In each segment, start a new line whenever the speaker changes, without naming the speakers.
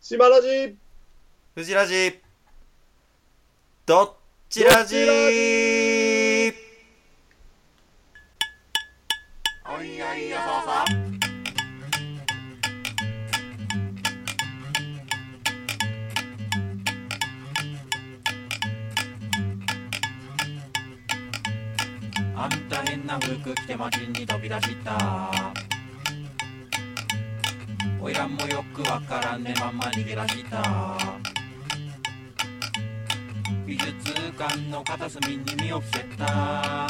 しばらじ
フジラジどっちラジ
どっ
おいおいよそうそうあんた変な服着て街に飛び出したおいらもよくわからんねまんま逃げ出した美術館の片隅に身を伏せた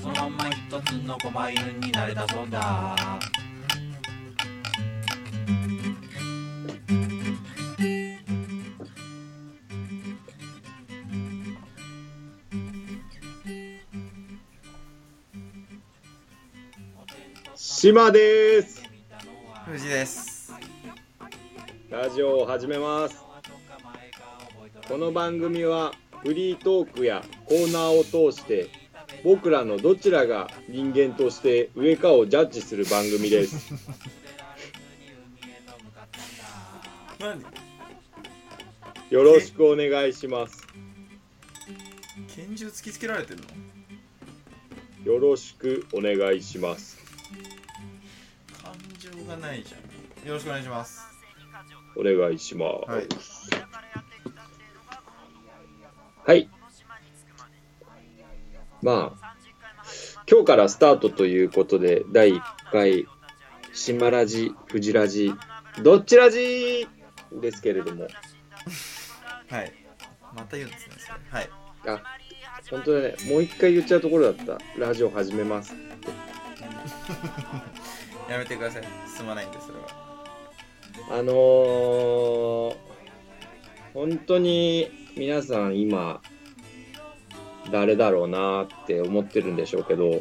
そのまんま一つの狛犬になれたそうだ
しまです
藤です
ラジオを始めますこの番組はフリートークやコーナーを通して僕らのどちらが人間として上かをジャッジする番組です
何
よろしくお願いします
拳銃突きつけられてるの
よろしくお願いします
感情がないじゃんよろしくお願いします
お願いします
はい
はいまあ今日からスタートということで第1回「シマラジ」「フジラジ」「どっちラジ」ですけれども
はいまた言うんですねそれはい
あ本当だねもう一回言っちゃうところだった「ラジオ始めます
やめてください進まないんでそれは」
あのー、本当に皆さん今誰だろうなーって思ってるんでしょうけど
うんま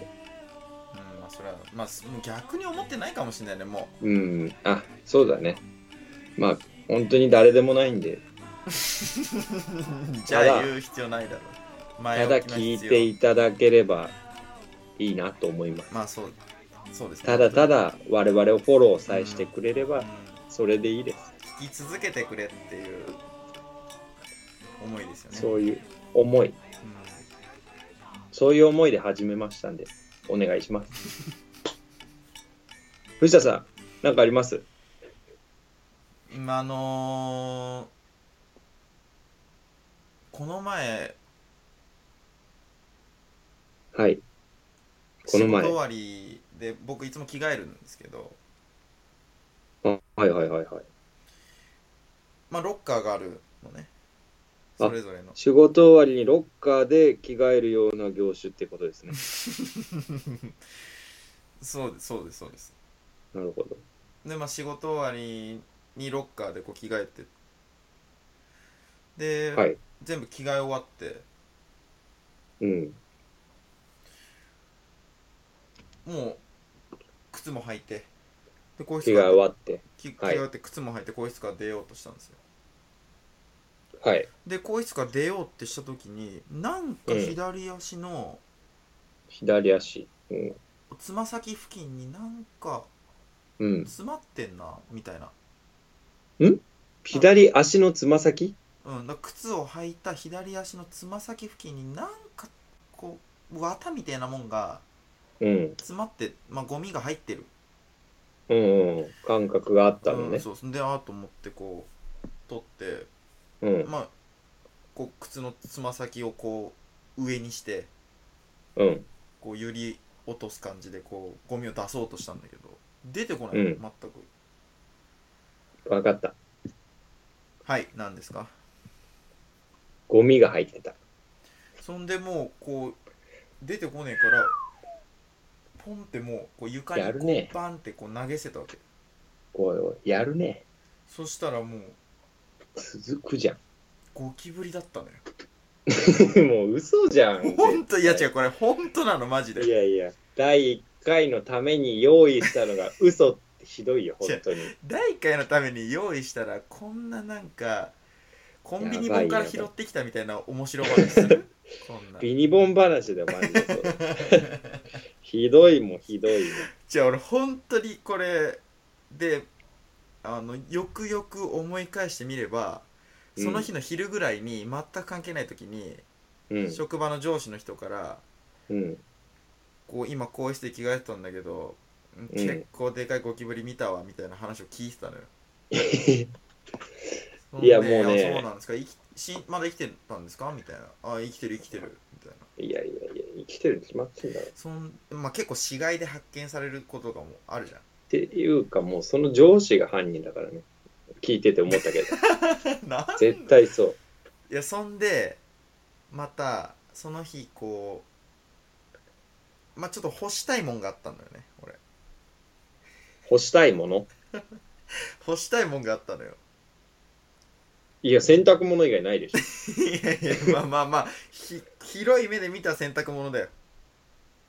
あそれはまあすもう逆に思ってないかもしれないねも
うんあそうだねまあ本当に誰でもないんで
うじゃあ言う必要ないだろう前
た
置
だ
きの必
聞
要
いていただければいいなと思います
まあそうそうですね
ただただ我々をフォローさえしてくれれ
うん
ばそれでいいです
聞き続けてくれっていう思いですよね
そういう思いそういう思いで始めましたんでお願いします 藤田さん何かあります
うん今あのーこの前
はいこの前
仕事終わりで僕いつも着替えるんですけど、
あはいはいはいはい
まあ、ロッカーがあるのね
あ
それぞれの
仕事終わりにロッカーで着替えるような業種ってこと ですね
そうですそうですそうです
なるほど
でまあ仕事終わりにロッカーでこう着替えてで、
はい
全部着替え終わって
うん
もう靴も履いてで更衣
着
室
替え
から
終わって
着着替
はい
え終わって靴も履いて更衣室から出ようとしたんですよ
はい
で更衣室から出ようってした時になんか左足の
左足うん
つま先付近になんか
うん
詰まってんなみたいな、
左足のつま先
うん、だから靴を履いた左足のつま先付近になんかこう綿みたいなもんが
うん
詰まって、まあ、ゴミが入ってる
うんうん感覚があったの
う
ね
ん、そうそんでああと思ってこう取って
うん
まあこう靴のつま先をこう上にして
うん
こう揺り落とす感じでこうゴミを出そうとしたんだけど出てこない、
うん
全く
わかった
はい何ですか
ゴミが入ってた
そんでもうこう出てこねえからポンってもうこう床に
やる
こ
ね
うバンってこう投げ捨てたわけ、
おいおいやるね
そしたらもう
続くじゃん
ゴキブリだったのよ
もう嘘じゃん。
本当いや違うこれ本当なのマジ
い
で
やいや、第1回のために用意したのが嘘ってひどいよ、本
違う
当に。
第1回のために用意したらこんななんかコンビニ本から拾ってきたみたいな面白い話する こんな
ビニボン話だよ、マジ でそれ。ひどいもんひどいもん
じゃあ俺本当にこれであのよくよく思い返してみればその日の昼ぐらいに全く関係ない時に、
うん
職場の上司の人から
うん
こう今こうして着替えてたんだけど結構でかいゴキブリ見たわみたいな話を聞いてたのよ、そん で
いやもうね
あそうなんですか生きしまだ生きてたんですかみたいなあ生きてる生きてるみたいない
やいやいや生きてるに決まってんだろ
そん、まあ、結構死骸で発見されることとかもあるじゃん
っていうかもうその上司が犯人だからね聞いてて思った けど
なん
絶対そう
いやそんでまたその日こうまあちょっと干したいもんがあったんだよね俺
干したいもの
干したいもんがあったのよ
いや洗濯物以外ないでしょ
いやいやまあまあまあひ広い目で見た洗濯物だよ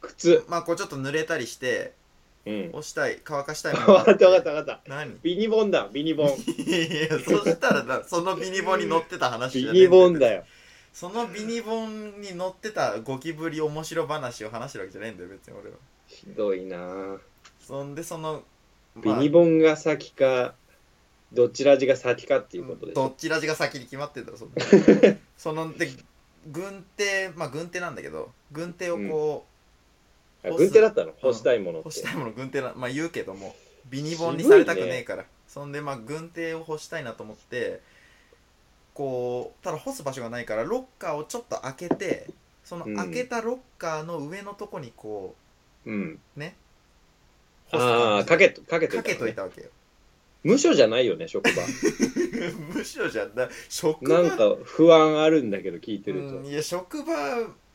靴
まあこうちょっと濡れたりして
うん
干したい乾かしたいもんが
分
あ
か った分かった分かった
何い
ビニボンだビニ ボン
やいやそしたらだそのビニボンに乗ってた話
ビ
じゃね
ニ
えんだよ
ボンだよ
そのビニボンに乗ってたゴキブリ面白話を話してるわけじゃないんだよ別に俺は
ひどいなぁ
そんでその、
ビ
まあ
ニボンが先かどちらじが先かっていうことでしょ
どっちらじが先に決まってんだろそんなそので軍手まあ軍手なんだけど軍手をこ
あ軍手だったの
干
干
す
したいもの
う、
っ
干
て
したいもの軍手なまあ言うけどもビニボンに
渋い
さ
ね
れたくねえから、そんでまあ軍手を干したいなと思ってこうただ干す場所がないからロッカーをちょっと開けてその
うん
開けたロッカーの上のとこにこ
うん
うね
ああかけとかけといた,、
かけ
ね、
といたわけよ
無所じゃないよね職場
むしろじゃんだ職場
なんか不安あるんだけど 聞いてると、
うん、いや職場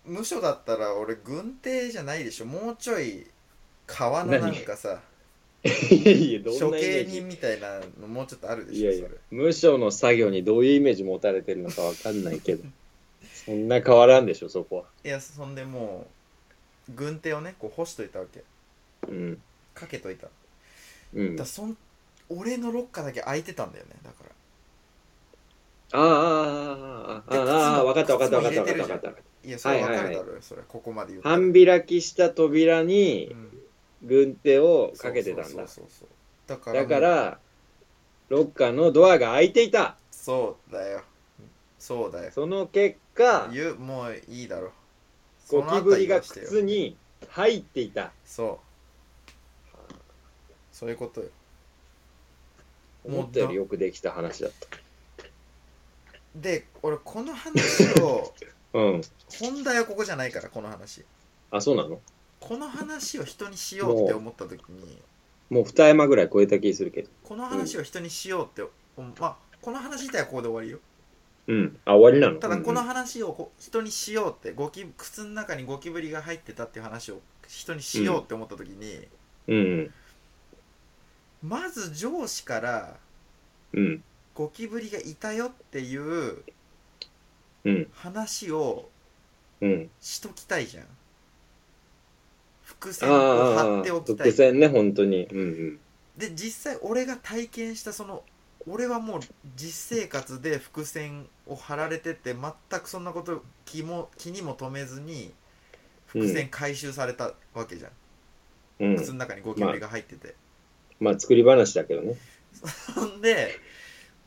無所だったら俺軍艇じゃないでしょもうちょい川のなんかさ
いやいやど
処
んなイメ
刑
ージ
人みたいなのもうちょっとあるでし
い
ょ
やいや
それ
無償の作業にどういうイメージ持たれてるのかわかんないけどそんな変わらんでしょそこはい
やそんでもう軍艇をねこう干しといたわけ
うん
かけといただか
うんあ
らそん俺のロッカーだけ空いてたんだよねだから
ああああああああ分かった分かった分かった分かった分かっ
いやそれ
は
わ
いはい
か
はい
るだろうよ、それここまで言う
た
と
半開きした扉
う
に
ん
軍手をかけてたん
そう
だ
そうそうそうだから
だからロッカーのドアが開いていた
そうだよそうだよ
その結果
言うもういいだろ
ゴキブリが
その後は言わしてよ
靴に入っていた
そうそういうことよ
思ったよりよくできた話だっ
で俺この話を
たうん
本題はここじゃないからこの話
あそうなの
この話を人にしようって思った時に
もう二山ぐらい超えた気するけど
この話を人にしようって、うんまあこの話自体はここで終わりよ
うんあ終わりなの
ただこ
うんう
の
ん
話をこ人にしようってゴキ靴の中にゴキブリが入ってたっていう話を人にしようって思った時に、
うん
まず上司から
うん
ゴキブリがいたよっていう
うん
話を
うん
しときたいじゃん伏
あ
線を張
あ
っておきた
伏
い
線ね本当にうん
で実際俺が体験したその俺はもう実生活で伏線を張られてて全くそんなこと気も気にも留めずに伏線回収されたわけじゃ
う
ん、
んう
靴
ん
の中にゴキブリが入ってて、
まあ作り話だけどね
ほんで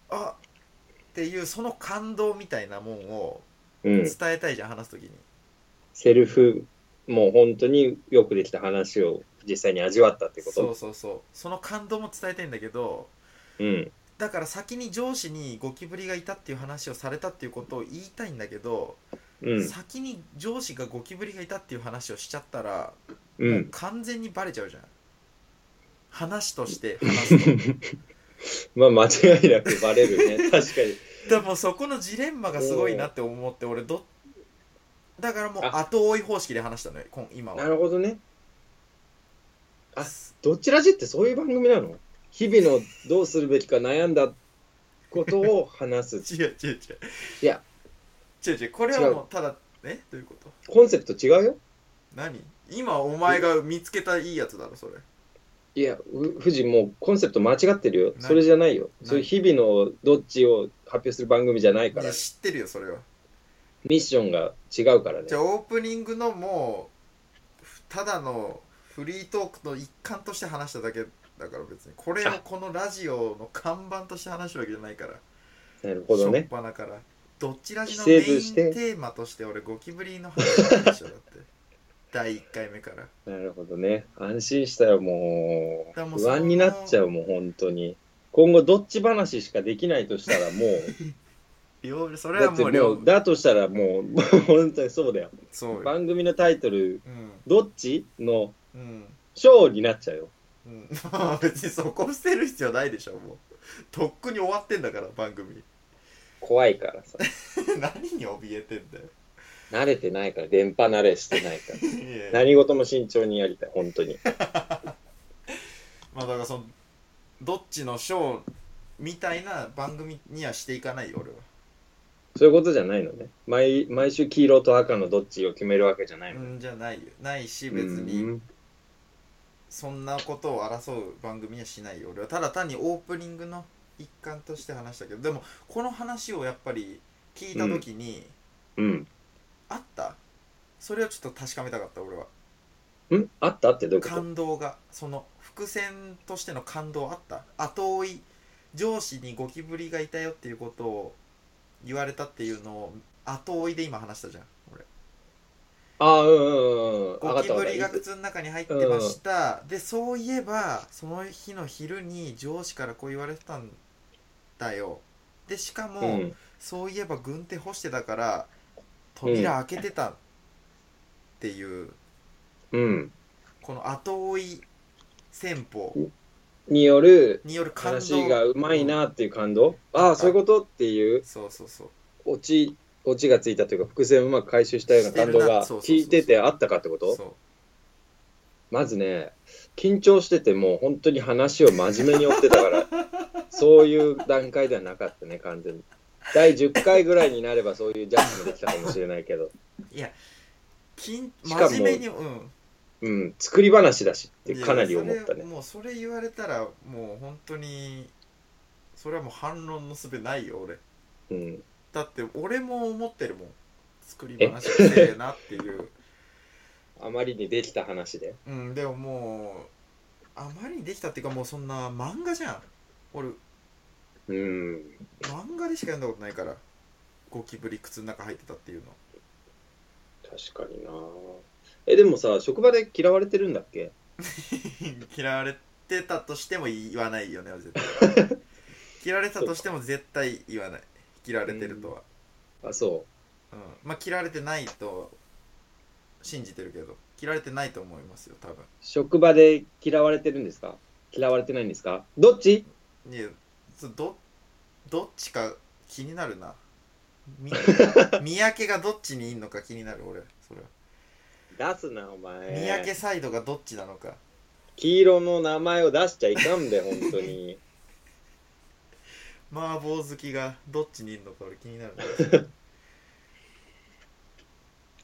あっていうその感動みたいなもんを
うん
伝えたいじゃん話す時に
セルフもう本当によくできた話を実際に味わったってこ
そう
と
そうそうその感動も伝えたいんだけど
うん
だから先に上司にゴキブリがいたっていう話をされたっていうことを言いたいんだけど、
うん
先に上司がゴキブリがいたっていう話をしちゃったら、
う
もうん完全にバレちゃうじゃん話 として話すと
まあ間違いなくバレる ね確かに
でもそこのジレンマがすごいなって思って俺どだからもう
あ
後追い方式で話したのよこん今
な
は
るほどねあどちらじってそういう番組なの日々のどうするべきか悩んだことを話す
違う違う違う
いや
違う違うこれはもうただえどういうこと
コンセプト違うよ
何今お前が見つけたいいやつだろそれ
いや、う富士、もうコンセプト間違ってるよ。
何
それじゃないよ。
何
そういう日々のどっちを発表する番組じゃないか
い
ら
や、知ってるよそれは
ミッションが違うからね
じゃ。あオープニングのもうただのフリートークの一環として話しただけだから別にこれをこのラジオの看板として話してるわけじゃないから
なるほど
しょっ
ね。
ぱなからどっちらしのメイ
規
ンテ
制ずして
ーマとして俺ゴキブリの話してるでしょだって 第1回目から
なるほどね。安心したよ、も
だからも
う。
う
不安になっちゃう、もう、本当に。今後、どっち話しかできないとしたら、もう、
両 それ
だ
は
って
もう
も
両
う、だとしたら、もう、 もう本当にそうだよ。
そうよ
番組のタイトル、
うん
どっちの、
うん
ショーになっちゃうよ。
うん 別にそこ捨てる必要ないでしょもうとっくに終わってんだから番組
怖いからさ。
何に怯えてんだよ
慣れてないから、電波慣れしてないから。
いやいや
何事も慎重にやりたい、本当に。
まあだからそのどっちのショーみたいな番組にはしていかないよ俺は
そういうことじゃないのね。毎毎週黄色と赤のどっちを決めるわけじゃないの
う
ね。
んじゃないよないし
うん、
別にそんなことを争う番組にはしないよ俺はただ単にオープニングの一環として話したけどでもこの話をやっぱり聞いた時に、
うん。
あったそれをちょっと確かめたかった俺は
んあったってどういうこと
感動がその伏線としての感動あった後追い上司にゴキブリがいたよっていうことを言われたっていうのを後追いで今話したじゃん俺
ああ、うんうんうん。上が
ゴ
っ
キ
た
ブ
わか
リが
った。
靴の中に入ってました、でそういえばその日の昼に上司からこう言われてたんだよでしかも、
うん。
そういえば軍手干してたから扉開けてたっていう、
うん。
この後追い戦法
による
による感動
話がうまいなっていう感動、ああ、そういうことっていう、
そうそうそう
オチ、オチがついたというか、伏線をうまく回収したような感動
してる
が
なそうそうそうそう
聞いててあったかってこと
そう
まずね、緊張しててもう本当に話を真面目に追ってたから、そういう段階ではなかったね、完全に。第10回ぐらいになればそういうジャッジもできたかもしれないけど、
緊
しかも
真面目にうん
うん、作り話だしって
いや
かなり思った
それ
ね。
もうそれ言われたらもう本当にそれはもう反論のすべないよ俺
うん、
だって俺も思ってるもん作り話くせえなっていう
あまりにできた話で。
うんでももうあまりにできたっていうかもうそんな漫画じゃん俺
うん、
漫画でしか読んだことないからゴキブリ靴の中入ってたっていうの
確かになえ、でもさ、職場で嫌われてるんだっけ
嫌われてたとしても言わないよね絶対嫌われてたとしても絶対言わない嫌われてるとは、
あ、そ
うんまあ嫌われてないと信じてるけど嫌われてないと思いますよ多分
う。職場で嫌われてるんですか嫌われてないんですかどっち
いやそどどっちか気になるなみ三宅がどっちにいんのか気になる俺それは
出すな、お前。
三宅サイドがどっちなのか
黄色の名前を出しちゃいか んで、本当に。
麻婆好きがどっちにいんのか俺気になるな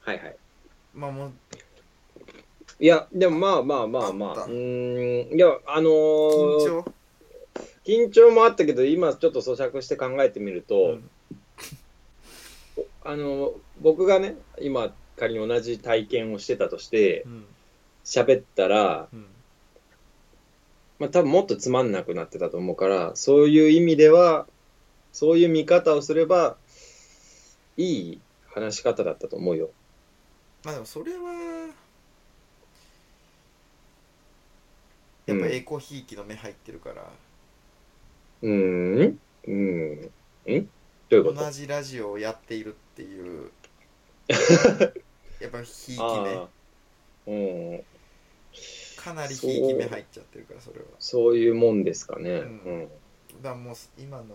はいはい。
まあもう
いや、でもまあまあまあま
あった
あ。うーん。いや、あの
緊
ー、
張
緊張もあったけど、今ちょっと咀嚼して考えてみると、
うん
あのー僕がね、今仮に同じ体験をしてたとして
う、ん
喋ったら、
うん
まあ多分もっとつまんなくなってたと思うから、そういう意味では、そういう見方をすれば、いい話し方だったと思うよ。
まあでもそれはやっぱエコひいきの目入ってるから、
うーんうーんんどういうこと
同じラジオをやっているっていうやっぱひいきね
ああうん、
かなりひいき目入っちゃってるからそれは
そういうもんですかね。
う
うんん、
だからもう今のはも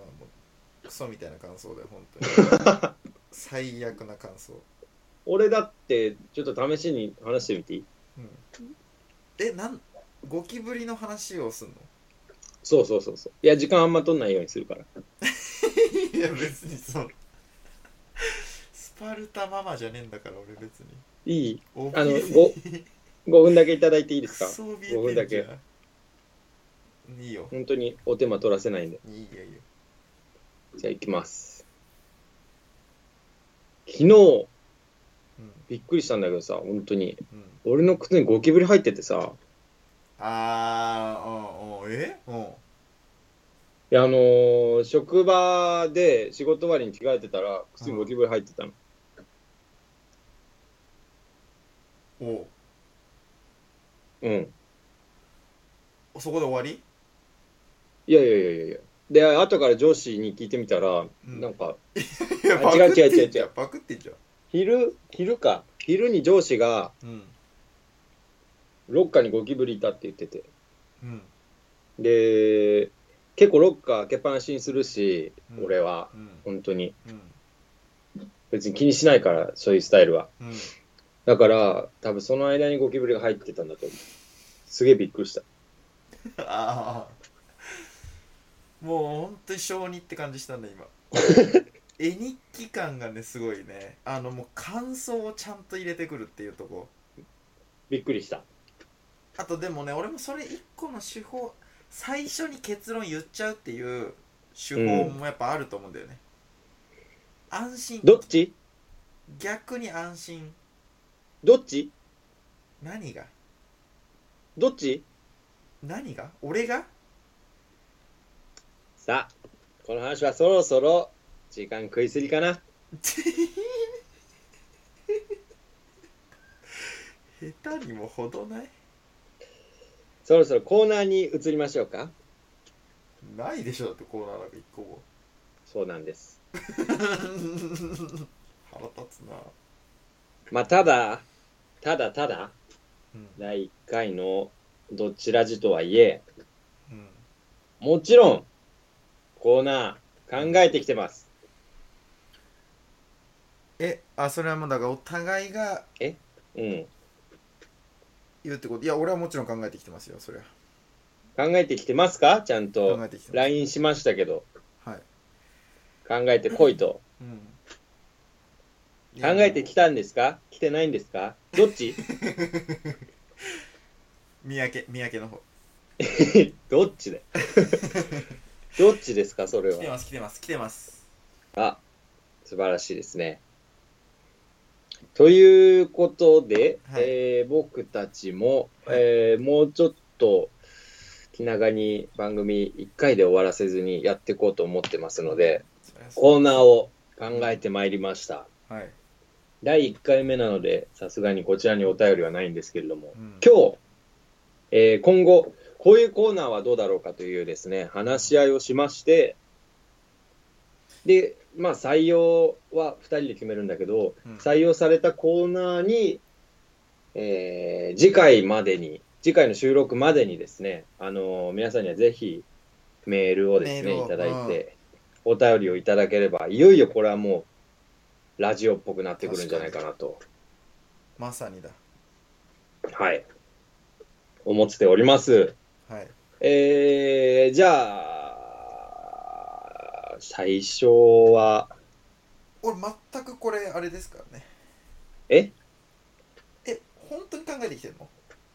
うクソみたいな感想だよ本当に最悪な感想、
俺だって、ちょっと試しに話してみていい
うん、えなんゴキブリの話をすんの
そうそうそうそう。いや、時間あんま取んないようにするから。
いや別にそうスパルタママじゃねえんだから俺別に
いい
お
あの
びえ、
ご5分だけいただいていいです
く
か
そ怯
五分
えて
だ
んじゃ
け
んいいよ
本当にお手間取らせないんで。
いいよいいよ
じゃあ行きます。昨日、
うん
びっくりしたんだけどさ、本当に。
うん
俺の靴にゴキブリ入っててさ、
あー、うん、うん、えうん。
いや、あのー職場で仕事終わりに着替えてたら、靴にゴキブリ入ってたの。
お
うん。
うそこで終わり
いやいやいやいやいや。で、後から上司に聞いてみたら、
ん
なんか、
いや、
あ
パクって
違う違
ん
う
じ
違
ゃん
う。
パクってんじゃん。
昼、昼か。昼に上司が、
うん。
ロッカーにゴキブリいたって言ってて。
うん。
で、結構ロッカー開けっぱなしにするし、
うん
俺は、
うん。
本当に。
うん。
別に気にしないから、そういうスタイルは。
うん。
だから、多分その間にゴキブリが入ってたんだと思う。すげえびっくりした。
ああもう本当に小児って感じしたん だ今絵日記感がねすごいねあのもう感想をちゃんと入れてくるっていうとこ
びっくりした。
あとでもね俺もそれ一個の手法最初に結論言っちゃうっていう手法もやっぱあると思うんだよね、安心
どっち
逆に安心
どっち
何が
どっち
何が俺が
さあ、この話はそろそろ時間食いすぎかな。
下手にもほどない
そろそろコーナーに移りましょうか。
ないでしょだってコーナーなんか一個も
そうなんです。
腹立つな、
まあ、ただ、ただただ、
うん
第1回のどちらじとはいえ、
うん、
もちろん、コーナー考えてきてます。
えあそれはもうだからお互いが
うん。
言うってこといや俺はもちろん考えてきてますよそれは
考えてきてますかちゃん
考
と
えてきてます
LINE しましたけど、
はい、
考えてこいと。
うん、
考えてきたんですか来てないんですかどっち
三宅三宅の方
どっ ちでどっちですかそれ
来て
は。
ます来てます来てます
あ、素晴らしいですね。ということで、
はい
えー僕たちも、
はい
えーもうちょっと気長に番組1回で終わらせずにやっていこうと思ってますので、
そりゃそう
コーナーを考えてまいりました。
はい、
第1回目なので、さすがにこちらにお便りはないんですけれども、
うん
今日、えー今後、こういうコーナーはどうだろうかというですね、話し合いをしまして、で、まあ、採用は2人で決めるんだけど、
うん
採用されたコーナーに、えー次回までに、次回の収録までにですね、あのー皆さんにはぜひメールをです
メール
ね、
を
いただいて、お便りをいただければ、いよいよこれはもう、ラジオっぽくなってくるんじゃないかなと、
まさにだ
はい、思っております。
はい
えー、じゃあ、最初は、
俺全くこれあれですからね
え
え本当に考えてきてんの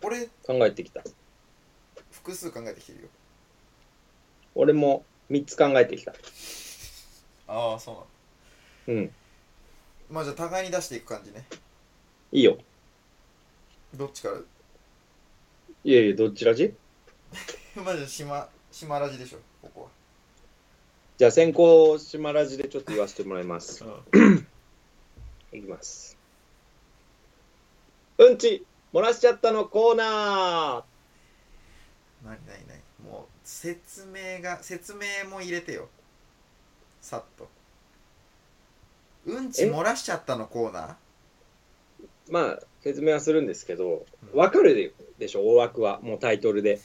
俺
考えてきた。
複数考えてきてるよ
俺も3つ考えてきた。
ああそうなの
うん、
まあじゃあ互いに出していく感じね
いいよ。
どっちから
いやいや、どっちらじ
まず島島ラジでしょここ
じゃあ先行、島ラジでちょっと言わせてもらいます。
は、
いきます。うんち、漏らしちゃったのコーナー
なになになにもう説明が説明も入れてよさっとうんち
え
漏らしちゃったのコーナー
まあ、説明はするんですけど、
うん
わかるでしょ、大枠は。もうタイトルで。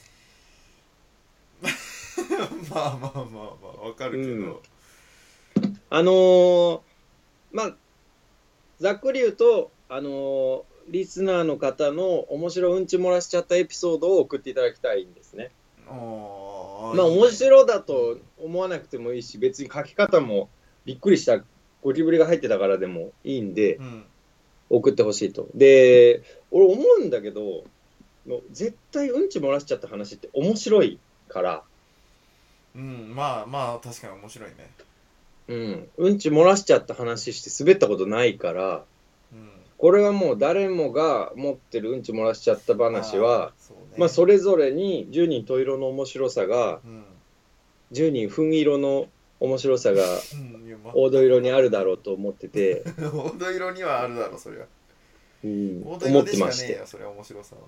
まあまあまあまあわかるけど、
あのーまあ、ざっくり言うと、あのーリスナーの方の面白うんち漏らしちゃったエピソードを送っていただきたいんですね。
おー
まあ、
いいね
面白だと思わなくてもいいし、別に書き方もびっくりしたゴキブリが入ってたからでもいいんで
う、ん
送ってほしいと。で、俺思うんだけど、もう絶対うんち漏らしちゃった話って面白いから、
うんまあまあ確かに面白いね
うん、うんち漏らしちゃった話して滑ったことないから、
うん
これはもう誰もが持ってるうんち漏らしちゃった話は、
そうね
まあそれぞれに10人十色の面白さが、
うん
10人糞色の面白さが
うんいやまあ
黄土色 にあるだろうと思ってて、
黄土色にはあるだろそれは
うん、
黄
思
土色
っ
で
て
しか
ま
ね
し
え
て
よそれは面白さは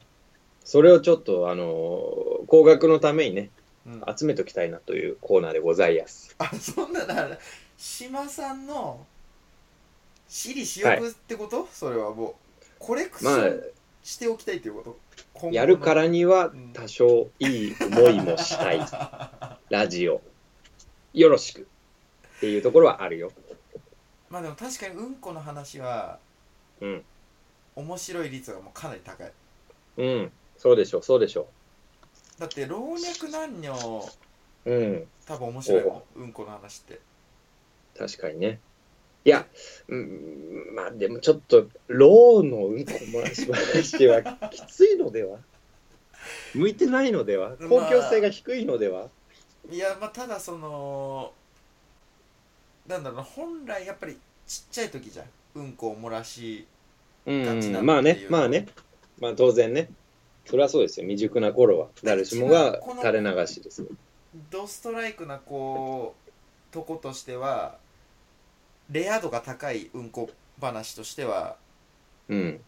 それをちょっとあのー高額のためにね
うん
集めときたいなというコーナーでございます
あそんななら島さんの私利私欲ってこと、それはもうコレクシ
まあ
ョンしておきたいっていうこと、今後の
やるからには多少いい思いも したいラジオよろしくっていうところはあるよ
まあでも確かにうんこの話は
うん
面白い率がもうかなり高い
うんそうでしょうそうでしょ
だって老若男女
ううん
多分面白いもんうんこの話って
確かにねいや、うん、まあでもちょっとローのうんこ漏らし話はきついのでは向いてないのでは公共性が低いのでは、
いやまあただそのなんだろうな本来やっぱりちっちゃい時じゃんうんこを漏らし
うん、まあね、まあね、まあ当然ね、それはそうですよ、未熟な頃は、誰しもが垂れ流しですよ。
ドストライクなこうとことしてはレア度が高いうんこ話としては
うん、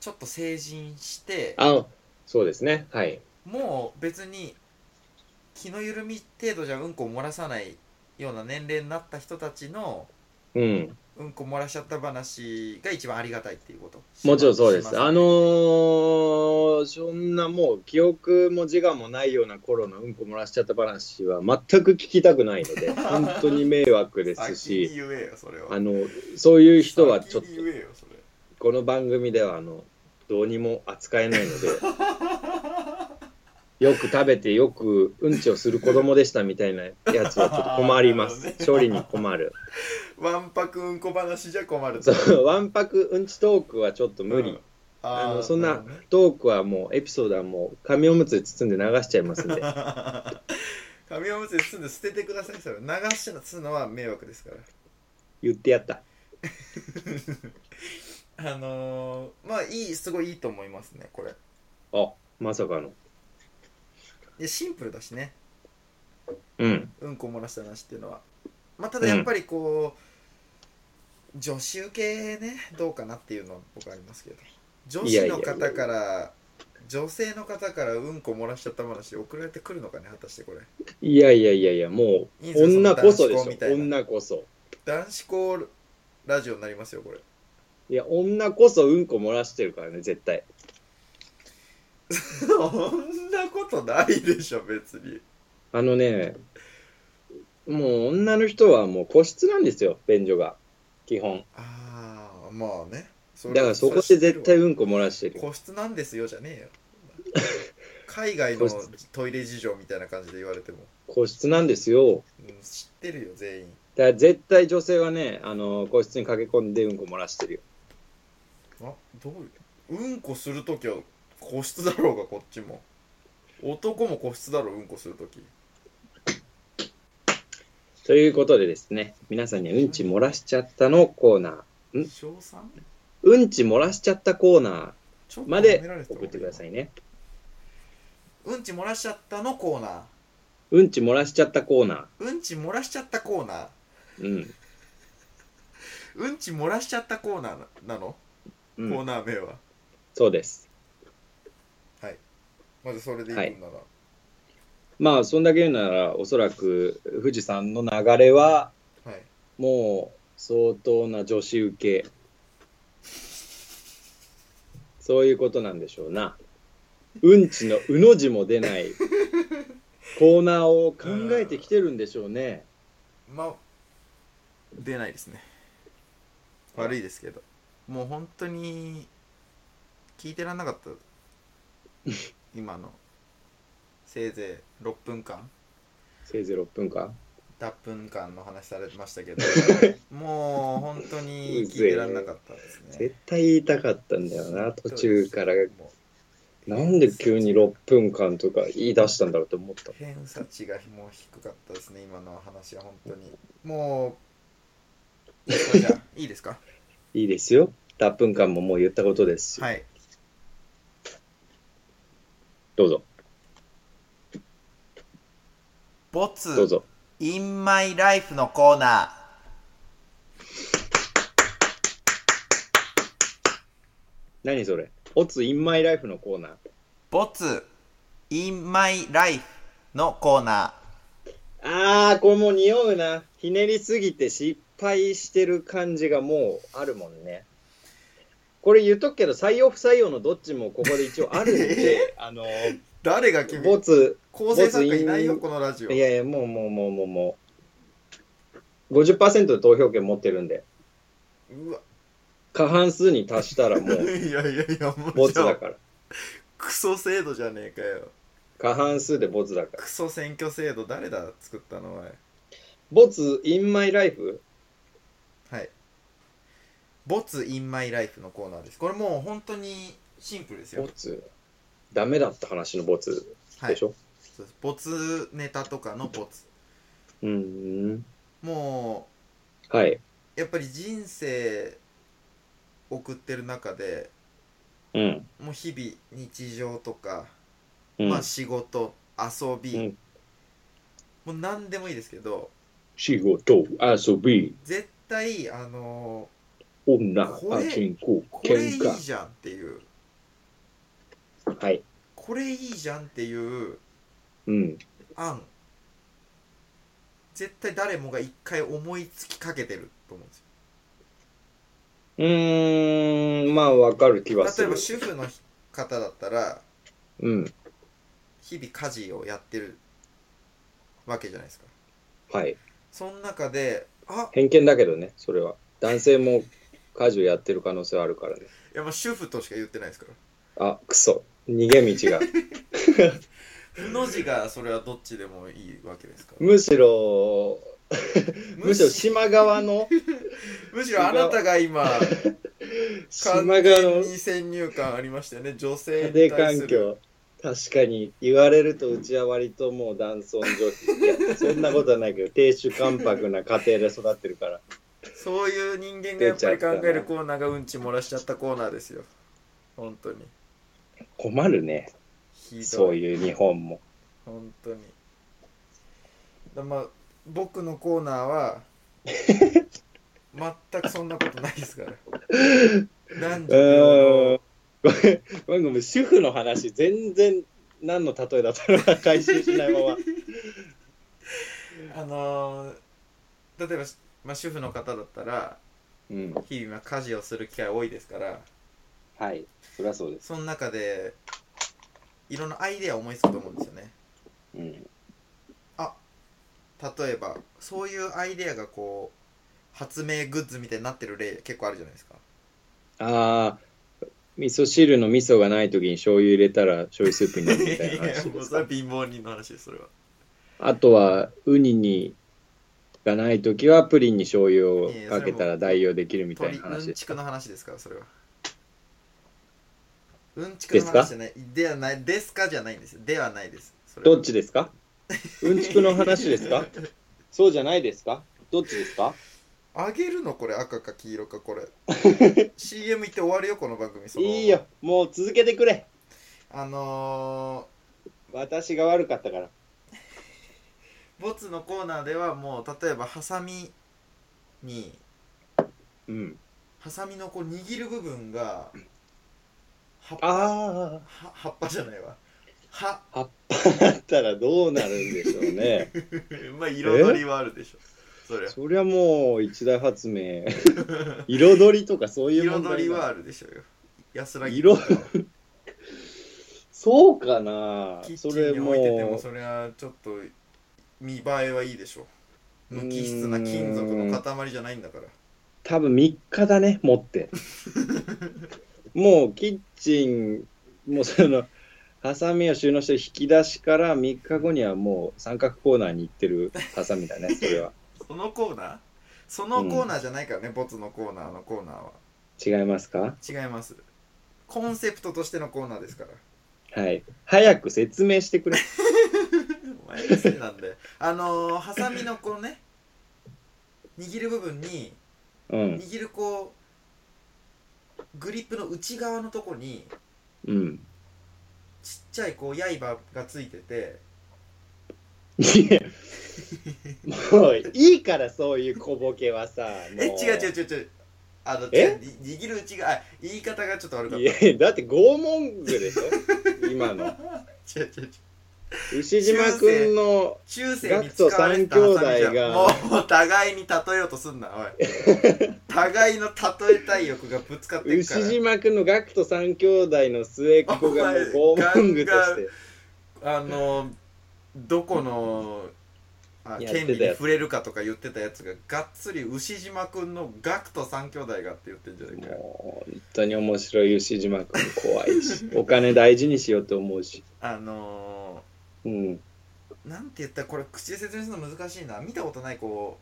ちょっと成人して
あそうですね、はい。
もう別に気の緩み程度じゃうんこを漏らさないような年齢になった人たちの
うん、
うんこ漏らしちゃった話が一番ありがたいっていうこと
もちろんそうです。あ
あ
のー、そんなもう記憶も自我もないような頃のうんこ漏らしちゃった話は全く聞きたくない ので、本当に迷惑です
先に
し、
言えよそれは
あの、そういう人はちょっと
先、に言えよそれ
この番組では、あの、どうにも扱えないの で、よく食べてよくうんちをする子供でしたみたいなやつはちょっと困りま
なる
す。
ほ
処理に困る。
わんぱくうんこ話じゃ困る
そう、わんぱくうんちトークはちょっと無理。
うん
あ
あ
の
ー
そん
る
な
ほどね
トークはもうエピソードはもう紙おむつで包んで流しちゃいますん で
紙おむつに包んで捨ててくださいそれ流しのすのは迷惑ですから
言ってやった。
あのー、まあいいすごいいいと思いますねこれ
あまさかの。
でシンプルだしね
うん。
うんこ漏らした話っていうのはまあただやっぱりこう、女子受けねどうかなっていうのは僕ありますけど女
いや
子
いや
の
いや
方から女性の方からうんこ漏らしちゃった話送られてくるのかね果たしてこれ
いやいやいやいや、も
いいん
う
ですよ
女こそで
その男子校み
した
い
ょ。
な
女こそ。
男子校ラジオになりますよこれ
いや、女こそうんこ漏らしてるからね、絶対。
そんなことないでしょ別に
あのね、もう女の人はもう個室なんですよ、便所が。基本。
ああまあねそれ
だからそこで絶対
それ
うんこ漏らしてる。
個室なんですよじゃねえよ海外の
個室
トイレ事情みたいな感じで言われても、
個室なんですよ。
うん、知ってるよ全員
だから絶対女性はね、あの個室に駆け込んでうんこ漏らしてるよ。
あどういううんこするときは個室だろうがこっちも男も個室だろううんこするとき
ということでですね、皆さんにはうんち漏らしちゃったのコーナー、ん
小三
うんち漏らしちゃったコーナー
ちょっと
ま
褒め
で
られた
送ってくださいね。
うんち漏らしちゃったのコーナー
うんち漏らしちゃったコーナ
うんち漏らしちゃったコーナー
ー。
うんち漏らしちゃったコーナーなの、
うん。う
コー
ん、
ナー名は
そうです。
まずそれでいいのなら、
まあ、そんだけ言うなら、おそらく富士山の流れは、
はい、
もう相当な女子受け。そういうことなんでしょうな。うんちのうの字も出ないコーナーを考えてきてるんでしょうね。
まあ出ないですね悪いですけどもう本当に聞いてらんなか った今のせいぜい6分間
せいぜい6分間。
脱分間の話されてまし たけどもう本当に聞いてらんなかったですね
絶対言いたかったんだよな、途中から。
も
なんで急に6分間とか言い出したんだろうと思った
う。偏差値がもう低かったですね今の話は本当にもうじゃあいいですか
いいですよ。たっぷん間ももう言ったことですし、
はい
どうぞ、
没
どうぞ。
In My Life のコーナ
何それオツインマイライフのコーナー。
ー没 In My Life のコーナ
あー、これもう匂うな。ひねりすぎて失敗してる感じがもうあるもんね。これ言っとくけど、採用不採用のどっちもここで一応あるん で、あの、
ー誰が君
ボツ、
構成作家いないよ
没 in-
このラジオ
いやいや、もうもうもうもうもう、50%で投票権持ってるんで、
うわ
過半数に達したらも、
いう やいやいやも
ボ
う
ツ
じゃ
だ
あ
から。
クソ制度じゃねえかよ
過半数でボツだから。
クソ選挙制度誰だ作ったのおい
ボツ、インマイライフ
はい「没 in my life」のコーナーですこれもう本当にシンプルです
ボ
よ
ツ。ダメだった話のボツ
は
で
い
しょ、
そうです没ネタとかの没
うーん。
も
はい。
うやっぱり人生送ってる中で
うん。
もう日々日常とか、
うん
まあ仕事遊び、
うん
もう何でもいいですけど
仕事、遊び、
絶対あの
女、
こ
パ
れ
チンコ、
これい
喧
い
嘩。
じゃんっていう
はい。
これいいじゃんっていう
うん。
案絶対誰もが一回思いつきかけてると思うんですよ
うーん、まあ、わかる気はす
例え
る
ば。主婦の方だったら
うん。
日々家事をやってるわけじゃないですか
はい。
その中であ
偏見だけどね、それは。男性も家事をやってる可能性はあるからね。
いやまあ主婦としか言ってないですから
あ、クソ。逃げ道が。
不の字がそれはどっちでもいいわけですから
むし ろ、むしろ島側の、
むしろあなたが今完
島側
全
の
に先入観ありましたよね女
家
性に
庭
対す
環
る
境。確かに言われるとうちは割ともう男尊女卑いやそんなことはないけ ど亭主関白な家庭で育ってるから
そういう人間がやっぱり考えるコーナーがうんち漏らしちゃったコーナーですよ本当に
困るね
ひどい
そういう日本も。
本当にだまあ僕のコーナー は全くそんなことないで すから男女
う
平
ん。ごめん、ごめんごめん、主婦の話、全然何の例えだったのか回収しないまま。
等あのー例えば、まあ、主婦の方だったら
うん。
日々まあ家事をする機会多いですから
はい。そりゃそうです。
その中でいろんなアイデアを思いつくと思うんですよね
うん。
例えばそういうアイデアがこう発明グッズみたいになってる例結構あるじゃないですか
ああ、味噌汁の味噌がない時に醤油入れたら醤油スープになるみ たいな 話ですか。
貧乏人の話ですそれは
あとは、ウニに、がない時はプリンに醤油をかけたら代用できるみたい
鳥
な話
うん
です
ちくの話ですからそれはうんちく
で
の
すか
話じゃないではないですかじゃないんですよではないですそれは
どっちですかうんちくの話ですか そうじゃないですかどっちですか
あげるのこれ赤か黄色か これ CM 行って終わるよこの番組その
いいよ、もう続けてくれ。
あの
私が悪かったから。
ー、ボツのコーナーではもう例えばハサミに
うん。
ハサミのこう握る部分が葉っぱ
あ
は葉っぱじゃないわ葉
あ、葉っぱだったらどうなるんでしょうね。
まあ彩りはあるでしょそり ゃ
そりゃもう一大発明。 彩りとかそういう問題
彩りはあるでしょうよ安らぎ
色 そうかな
キッチ
そ
ン
れ
に置いてても
も
それはちょっと見栄えはいいでしょう無機質な金属の塊じゃないんだから
多分3日だね、持 って。もうキッチン、もうその、ハサミを収納してる引き出しから3日後にはもう三角コーナーに行ってるハサミだね、それは。
そのコーナーそのコーナーじゃないからね、ボツのコーナーのコーナーは
違いますか
違いますコンセプトとしてのコーナーですから
はい。早く説明してくれ。
お前が好きなんで あのーハサミのこうね握る部分に
うん。
握るこうグリップの内側のとこに
うん。
ちっちゃいこう刃がついてて
いや、もういいからそういう小ボケはさ。も
え違う違う違う違うあの
え
違うに握る内側あ言い方がちょっと悪かった
いや、だって拷問具でしょ今の。
違う違う違う
牛島くんの、
中世に使われてたハサミじゃ
ガクト三兄
ん
弟が
もうもう互いに例えようとすんなおい 互いの例えたい欲がぶつかってるか
牛島くんのガクト三兄弟の末っ子がもう
お前
拷問具とし
ガン
て。
らあのどこの
や
あ
ってたや
権
つ
利に触れるかとか言ってたやつががっつり牛島くんのガクト三兄弟がって言ってんじゃないか
もう、本当に面白い牛島くん怖いし、お金大事にしようと思うし。
あの
うん。
ー、なんて言ったらこれ口で説明するの難しいな見たことないこ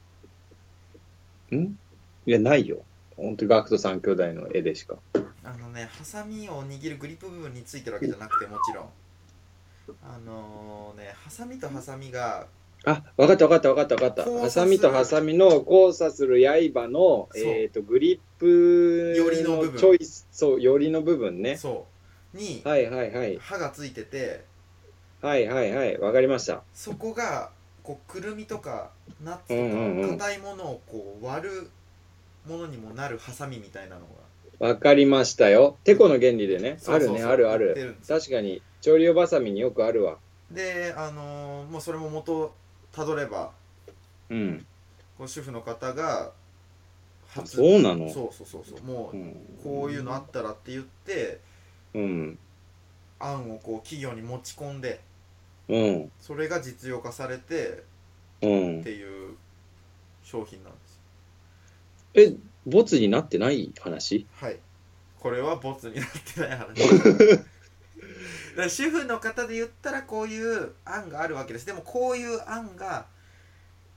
んいや、ないよ。本当にガクト三兄弟の絵でしか。
うあのねハサミを握るグリップ部分についてるわけじゃなくてもちろんあのー、ねハサミとハサミが
あ、わかったわかったわかったわかった。
交差
ハサミとハサミの交差する刃の、
そう
えっ、と、グリップ
よりの部分
チョイス、そう、よりの部分ね。
そうに
はいはいはい。
歯がついてて
はいはいはい。わかりました。
そこがこうくるみとかナッ
うんうん
ツ
う
と
ん
か硬いものをこう割るものにもなるハサミみたいなのが
わかりましたよ。てこの原理でね。
そ
あ
う
る
そうそう
ね、あるあ
売ってる
る
んで。す
確かに、調理用バサミによくあるわ。
であのーもうそれも元たどれば
うん。
こう主婦の方が初
そうなの
そうそうそうそうも
う。
うんこういうのあったらって言って
うん。
案をこう企業に持ち込んで
うん。
それが実用化されて
うん
って。いう商品なんです
え、ボツになってない話
はいこれはボツになってない話だから主婦の方で言ったらこういう案があるわけですでもこういう案が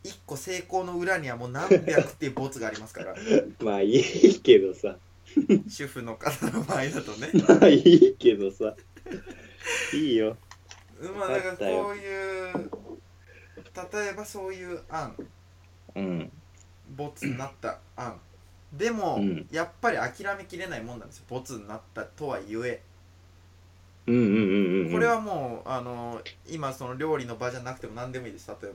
一個成功の裏にはもう何百っていうボツがありますから
まあいいけどさ。
主婦の方の場合だとね
まあいいけどさ。いいよ。
まあだからこういう例えばそういう案
うん。
ボツになった案でも、
うん
やっぱり諦めきれないもんなんですよボツになったとはゆえ
うんうんうんうん。
これ。はもうあの今その料理の場じゃなくても何でもいいです例え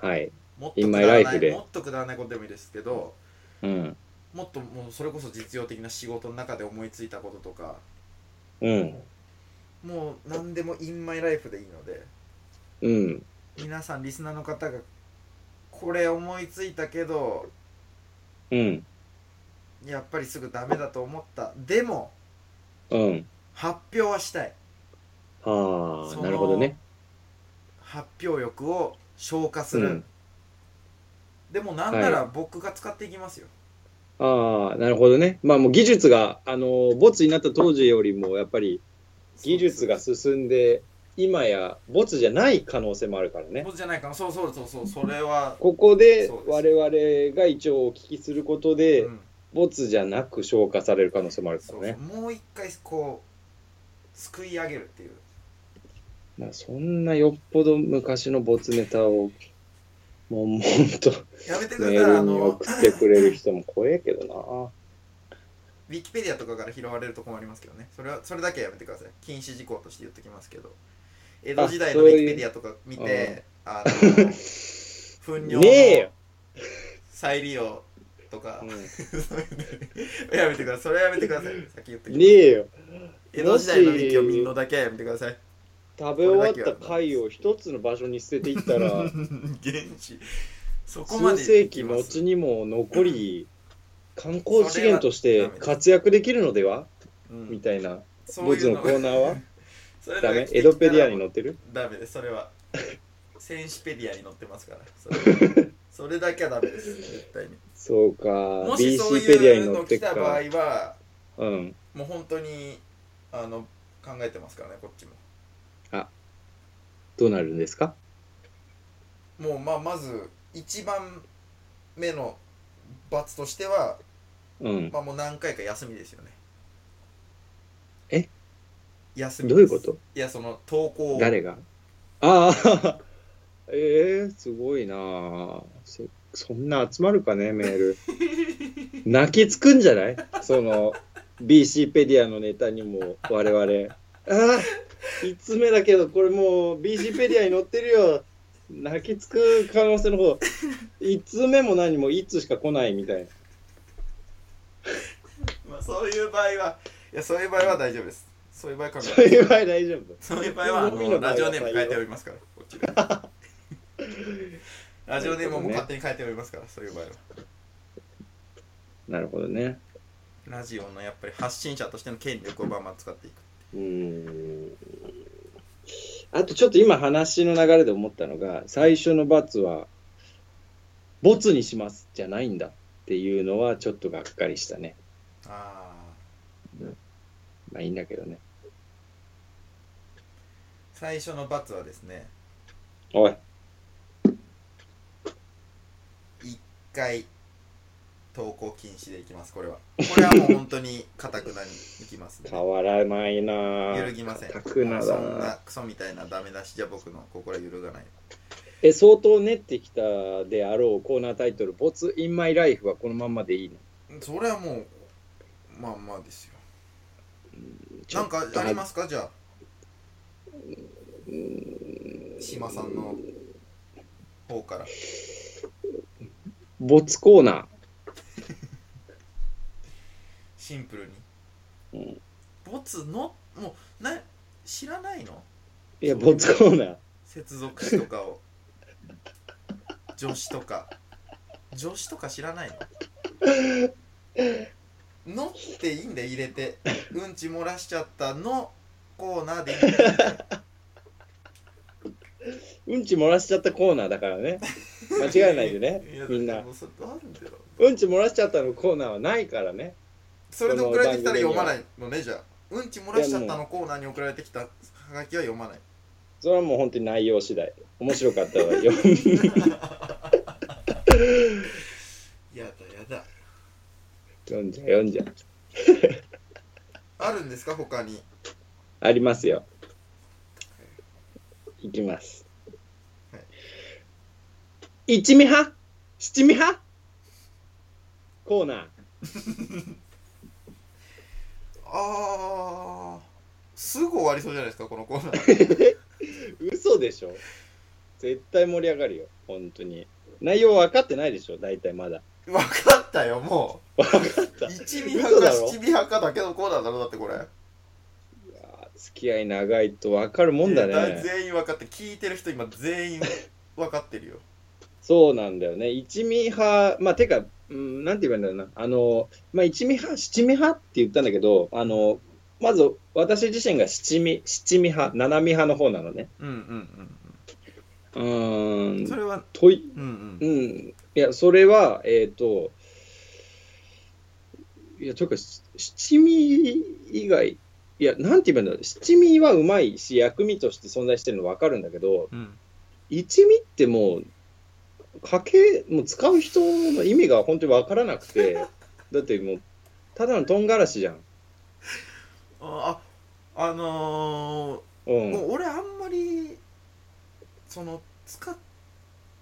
ば
はい。
もっと
In
く
my
だら
life
ない
で
もっとくだらないことでもいいですけど
うん。
もっともうそれこそ実用的な仕事の中で思いついたこととか
うん。
もう何でも In my life でいいので
うん。
皆さんリスナーの方がこれ思いついたけど
うん。
やっぱりすぐダメだと思ったでも
うん。
発表はしたい
は
そ
あ、
の
なるほどね。
発表欲を消化する、
うん
でもなんなら僕が使っていきますよ、
ああ、なるほどね。まあもう技術が、あのー、ボツになった当時よりも、やっぱり技術が進んで、今やボツじゃない可能性もあるからね。
僕じゃないかなそうそうそうそうそれは、
ここで
そう
我々が一応お聞きすること
う
で、
ん、
ボツじゃなく消化される可能性もあるか
そ
ら
うそう
ね。
もう一回こうすくい上げるっていう
まあ、そんなよっぽど昔のボツネタを、もう、もうほんと、
やめてくれ
メ
たら
ー
あ
ルに
の
送ってくれる人も怖えけど
ウィキペディアとかから拾われると困りますけどねそれはそれだけはやめてください禁止事項として言ってきますけど江戸時代のウ
そう
ィ
いう
キペディアとか見てあ の糞尿
ねえよ
の再利用とか、
な。う
そういうのやめてくださいそれはやめてください先言って
ん、ねえよ。
江戸時代の力を見るのだけはやめてください
食べ終わった貝を一つの場所に捨てていったら、
原始そこま
数
で
世紀
行きます
後にも残り、観光資源として活躍できるのでは
うん
みたいな。
そう
ボ
い
ツ
う
の
の
コーナー は
そういうの
ダ
が
メ
来て
エ
きたら
ドペディアに載ってる
ダメですそれは選手ペディアに載ってま すからそれそれだけはダメです絶対に
そうか。
もしそう
BC ペディア
い
に
う
載
の
ってっ
来た場合
か。
は
うん。
もう本当にあの考えてますからねこっちも
どうなるんですか
もうまあまず一番目の罰としては、
うん。
まあ、もう何回か休みですよね
え
休みで
ど
す
ういうこと
いやその投稿を
誰が ああ ええすごいなあそ そんな集まるかねメール泣きつくんじゃないその BC ペディアのネタにも我々ああ1つ目だけどこれもう BC ペディアに載ってるよ泣きつく可能性の 方1つ目も何も1通しか来ないみたいな
まあ、そういう場合はいやそういう場合は大丈夫ですそういう場合考
そういう場合大丈夫
そういう場合はあ
ゴミの
の
場合は
ラジオネーム変えておりますからこっちで ラジオネームも勝手に変えておりますからそういう場合は
なるほどね
ラジオのやっぱり発信者としての権力をバンバン使っていく
うーんあとちょっと今話の流れで思ったのが最初の罰は「ボツにします」じゃないんだっていうのはちょっとがっかりしたね
ああ
まあいいんだけどね
最初の罰はですね
おい
一回投稿禁止でいきますこれはこれはもう本当に固くなにい きますね
変わらないなぁ
揺るぎません
かたくな
そ
だ
ん
な
なクソみたいなダメ出しじゃ僕の心は揺るがない
え相当練ってきたであろうコーナータイトル「ボツ・イン・マイ・ライフ」はこのまんまでいいの
それはもうまあまあですよ
ちょ
なん
っと
かありますかじゃあ島さんの方から
ボツコーナ
シンプルに
ー、うん、
ボツのもうな知らないの
いやボツコーナー
接続詞と かを助詞とか助詞とか知らないの のっていいんだよ入れてうんち漏らしちゃったのコーナーでいいんだよ
うんち漏らしちゃったコーナーだから ね間違えないでね
や
みんな
もうそれあるんだよ
うんち漏らしちゃったのコーナーはないからね。
それで送られてきたら読まないのねじゃあうんち漏らしちゃったのコーナーに送られてきたはがきは読まない
それはもう本当に内容次第。面白かったらよ。
やだやだ
読んじゃう読んじゃう。
あるんですか他に
ありますよ。いきます。
は
一味派七味派コーナー。
あーすぐ終わりそうじゃないですかこのコーナー
嘘でしょ絶対盛り上がるよ。本当に。内容分かってないでしょ大体まだ。
分かったよも
分かった。
う
いや
一味派か
嘘だろ
七味派かだけのコーナーだろだってこれ
ー付き合い長いと分かるもんだ
いや
ね。
全員分かって聞いてる人今全員分かってるよ
そうなんだよね。一味派、まあ、てか、うん、なんて言えばいいんだろうな。あの、まあ、一味派、七味派って言ったんだけど、あの、まず、私自身が七味、七味派、七味派の方なのね。
うんうん
う
うんそ
ーん、
れは
とい、
うんうん
うん、いや、それは、えっ、と、いや、というか、し七味以外、いや、なんて言えばいいんだろう。七味はうまいし、薬味として存在してるの分かるんだけど、
うん
一味ってもうかけもう使う人の意味が本当に分からなく てだってもうただのとんがらしじゃん、
あああの
う
ー、
ん、
もう俺あんまりその使っ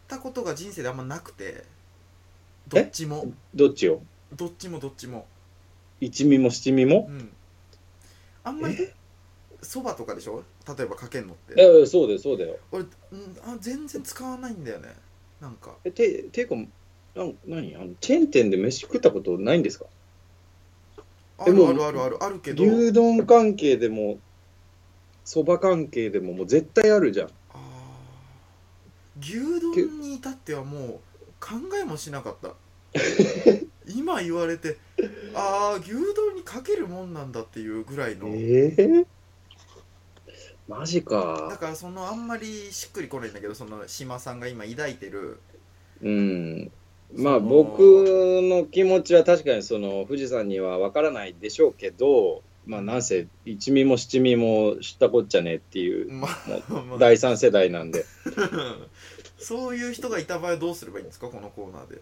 たことが人生であんまなくてどっちも
どっちを
どっちもどっちも
一味も七味も
うんあんまりそばとかでしょ例えばかけんのって
ええそうだよそうだよ
俺んあ全然使わないんだよねなんか
えてていうかなん何あのチェーン店で飯食ったことないんですか
あ
で
る
も
あるあるあるあるけど
牛丼関係でもそば関係でももう絶対あるじゃん
あー牛丼に至ってはもう考えもしなかった 今言われてああ牛丼にかけるもんなんだっていうぐらいの、
ええマジ
だ
か
からそのあんまりしっくりこないんだけどその島さんが今抱いてる
うんまあ
その
僕の気持ちは確かにその富士山には分からないでしょうけど、まあ、なんせ一味も七味も知ったこっちゃねっていう
まあまあ
第三世代なんで
そういう人がいた場合どうすればいいんですかこのコーナーで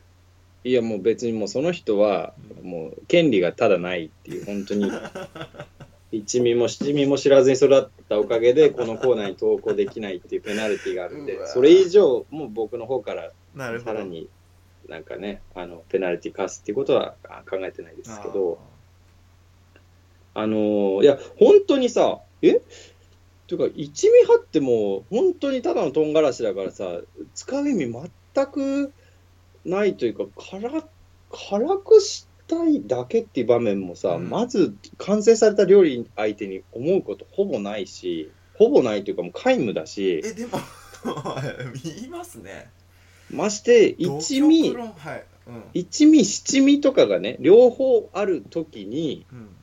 いやもう別にもうその人はもう権利がただないっていう本当 に一味も七味も知らずに育ったおかげでこのコーナーに投稿できないっていうペナルティがあるん
う
で
わ
それ以上もう僕の方から
なるほ
さ
ど
らになんかねあのペナルティ課すっていうことはあ考えてないですけど。
あ
あのーいや、本当にさ、えというか、一味派ってもう、本当にただの唐辛子だからさ、使う意味全くないというか、辛辛くしたいだけっていう場面もさ、
うん
まず完成された料理相手に思うことほぼないし、ほぼないというか、もう皆無だし、
えでも 言いますね
まして、一
同居
味、
論はいうん
一味、七味とかがね、両方あるときに、
うん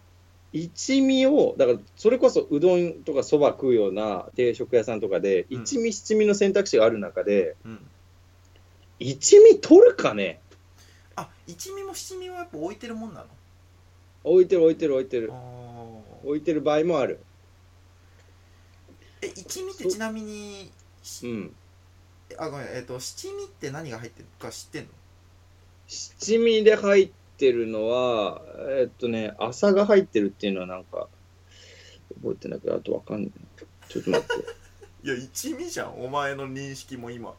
一味を、だからそれこそうどんとかそば食うような定食屋さんとかで、
うん
一味、七味の選択肢がある中で、
うん
一味取るかね
あ一味も七味はやっぱ置いてるもんなの
置いてる置いてる置いてる。
あー
置いてる場合もある。
え一味ってちなみに
う
し
ん。
あごめんえっ、と七味って何が入ってるか知ってんの
七味で入ってるのは、えっとね、朝が入ってるっていうのはなんか、覚えてないけど、あとわかんない。ちょっと待って。
いや一味じゃんお前の認識も今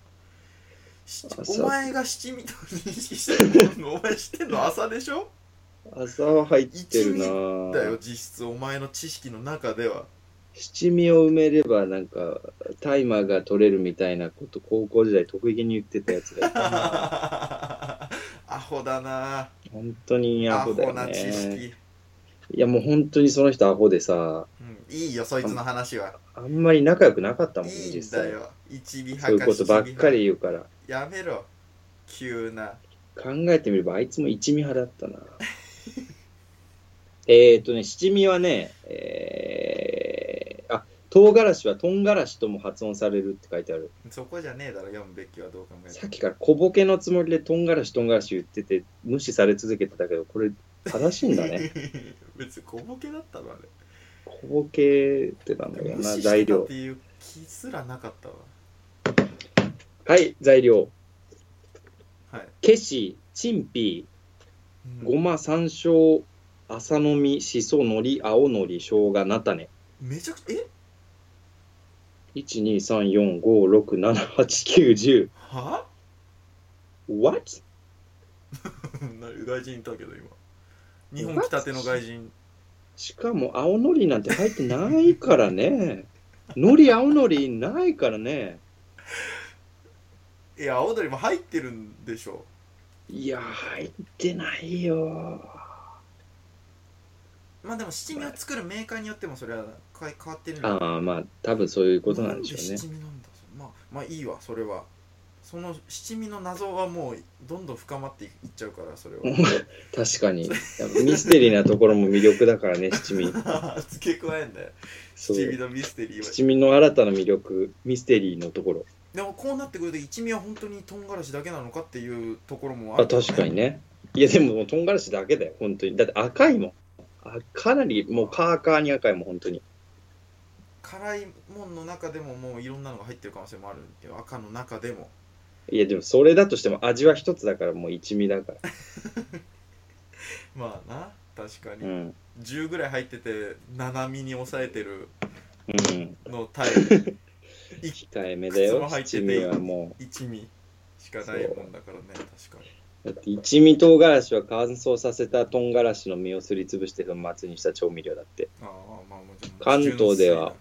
し
あそう
お前が七味と認識してるのお 前知ってんの朝でしょ
朝は入ってるな
一
ぁ
だよ実質お前の知識の中で は
七味を埋めればなんかタイマーが取れるみたいなこと高校時代得意げに言ってたやつがいたな
アホだな
本当にアホだよ
な知
ね
識、
いやもう本当にその人アホでさ
うん、いいよそいつの話は
あんまり仲良くなかったもん
いい
実
んだ
際
よ一尾
そういう
派か
ことばっかり
七
言うから
尾派やめろ急な
考えてみればあいつも一味派だった なえっとね七味はねえー、あ唐辛子はとんがらしとも発音されるって書いてある
そこじゃねえだろ読むべきはどう考えて
さっ
も
きから小ボケのつもりでとんがらしとんがらし言ってて無視され続けてたけどこれ正しいんだ ね
別に小ボケだったろあれ
小ボケってなんだよ
無
な
視
材
してたっ
料
ていう気すらなかったわ
はい材料
はい、
ケシチンピ
うん
ごま山椒浅の実しそのり青のり生姜菜種
めちゃくちゃえ
1 2 3 4 5 6 7 8 9
は
1 What?
な外人いたけど今日本来たての外人
しかも青のりなんて入ってないから ねのり青のりないからね
いや青鳥も入ってるんでしょ
いや入ってないよ
まあでも七味を作るメーカーによってもそれは変え変わってるんだ
ああまあ多分そういうことなんでしょう
な
ね
ん七味なんだまあまあいいわそれはその七味の謎はもうどんどん深まっていっちゃうからそれ
確かにやっぱミステリーなところも魅力だからね七味
は 付け加えんだよ
そう
七味のミステリーは
七味の新たな魅力ミステリーのところ
でもこうなってくると一味は本当に唐辛子だけなのかっていうところもあ
あ
るよね
確かにねいやでももう唐辛子だけだよ本当にだって赤いもんあかなりもうカーカーに赤いもん本当に
辛いもんの中でももういろんなのが入ってる可能性もあるっていう赤の中でも
いやでもそれだとしても味は一つだからもう一味だから
まあな確かに、
うん
10ぐらい入ってて7味に抑えてる
うん
の対
控えめだよ
靴も入ってて
七味はも
一味しかないもんだからね確かに
うだって一味唐辛子は乾燥させた唐辛子の実をすりつぶして粉末にした調味料だって
ああまあもちろん
関東では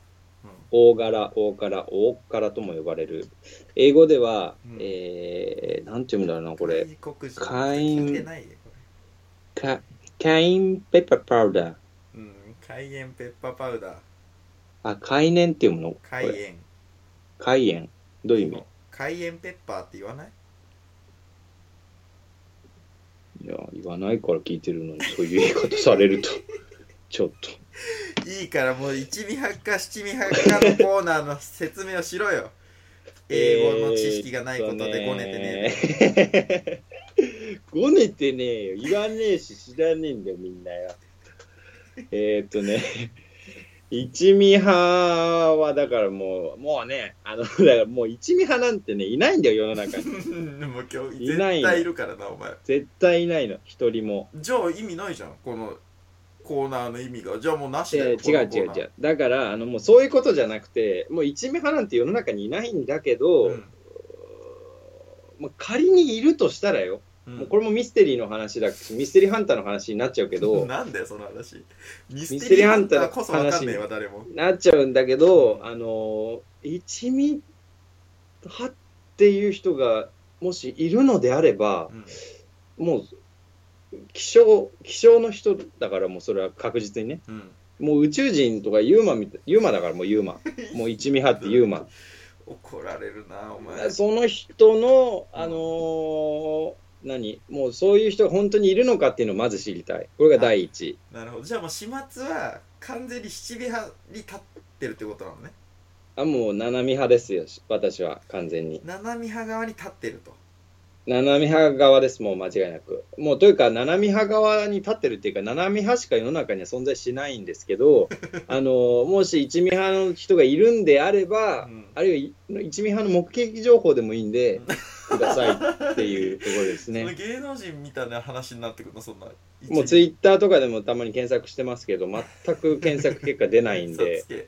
大柄、大柄、大柄とも呼ばれる。英語では、
うん
えー、なんて読むんだろうな、こ
こ
れ。
外国人
カイン
聞いてないよこ
カカインペッパーパウダー。
れうん海塩ペッパーパウダー
あ、カイネンって読むのこ
海
れ。
塩
カイエン。どういう意味
海塩ペッパーって言わない
いや、言わないから聞いてるのに、そういう言い方される と。ちょっと。
いいからもう一味発か七味発かのコーナーの説明をしろよ英語の知識がないことでごねてね
ねえ。ごねてねえよ。言わねえし、知らねえんだよ、みんなよ。えーっとね、一味派は、だからもう、もうね、あの、だからもう一味派なんてね、いないんだよ、世の中に。
でも今日
いない
絶対いるからなお前
絶対いないの、一人も。
じゃあ意味ないじゃんこのコーナーの意味がじゃあもうなし
え
だよ、
違う違う違う。だから、あの、もうそういうことじゃなくて、もう一味派なんて世の中にいないんだけど、
うん
まあ、仮にいるとしたらよ、
うん
もうこれもミステリーの話だしミステリーハンターの話になっちゃうけど
なんだよその話ミ
ス
ス
テ
テ
リ
リ
ー
ー
ハ
ハ
ン
ン
タ
タ
ー
ーこそわかんねえわ誰も
なっちゃうんだけどあの一味派っていう人がもしいるのであれば
うん
もう気象気象の人だからもうそれは確実にね
うん
もう宇宙人とかユーマみたいユーマだからもうユー マもう一味派ってユーマ
怒られるなお前
その人の、あのー何、もうそういう人が本当にいるのかっていうのをまず知りたい。これが第一。
なるほどじゃあもう始末は完全に七尾派に立ってるってことなのね
あ、もう、七海派ですよ、私は、完全に。
七海派側に立ってると
七海派側です、もう間違いなく。もう、というか、七海派側に立ってるっていうか、七海派しか世の中には存在しないんですけ ど、あのーもし一味派の人がいるんであれば、
うん
あるいは一味派の目撃情報でもいいん で、くださいっていうところですね
そ。の芸能人みたいな話になってくるのそんな、
もうツイッターとかでもたまに検索してますけど、全く検索結果出ないんで
で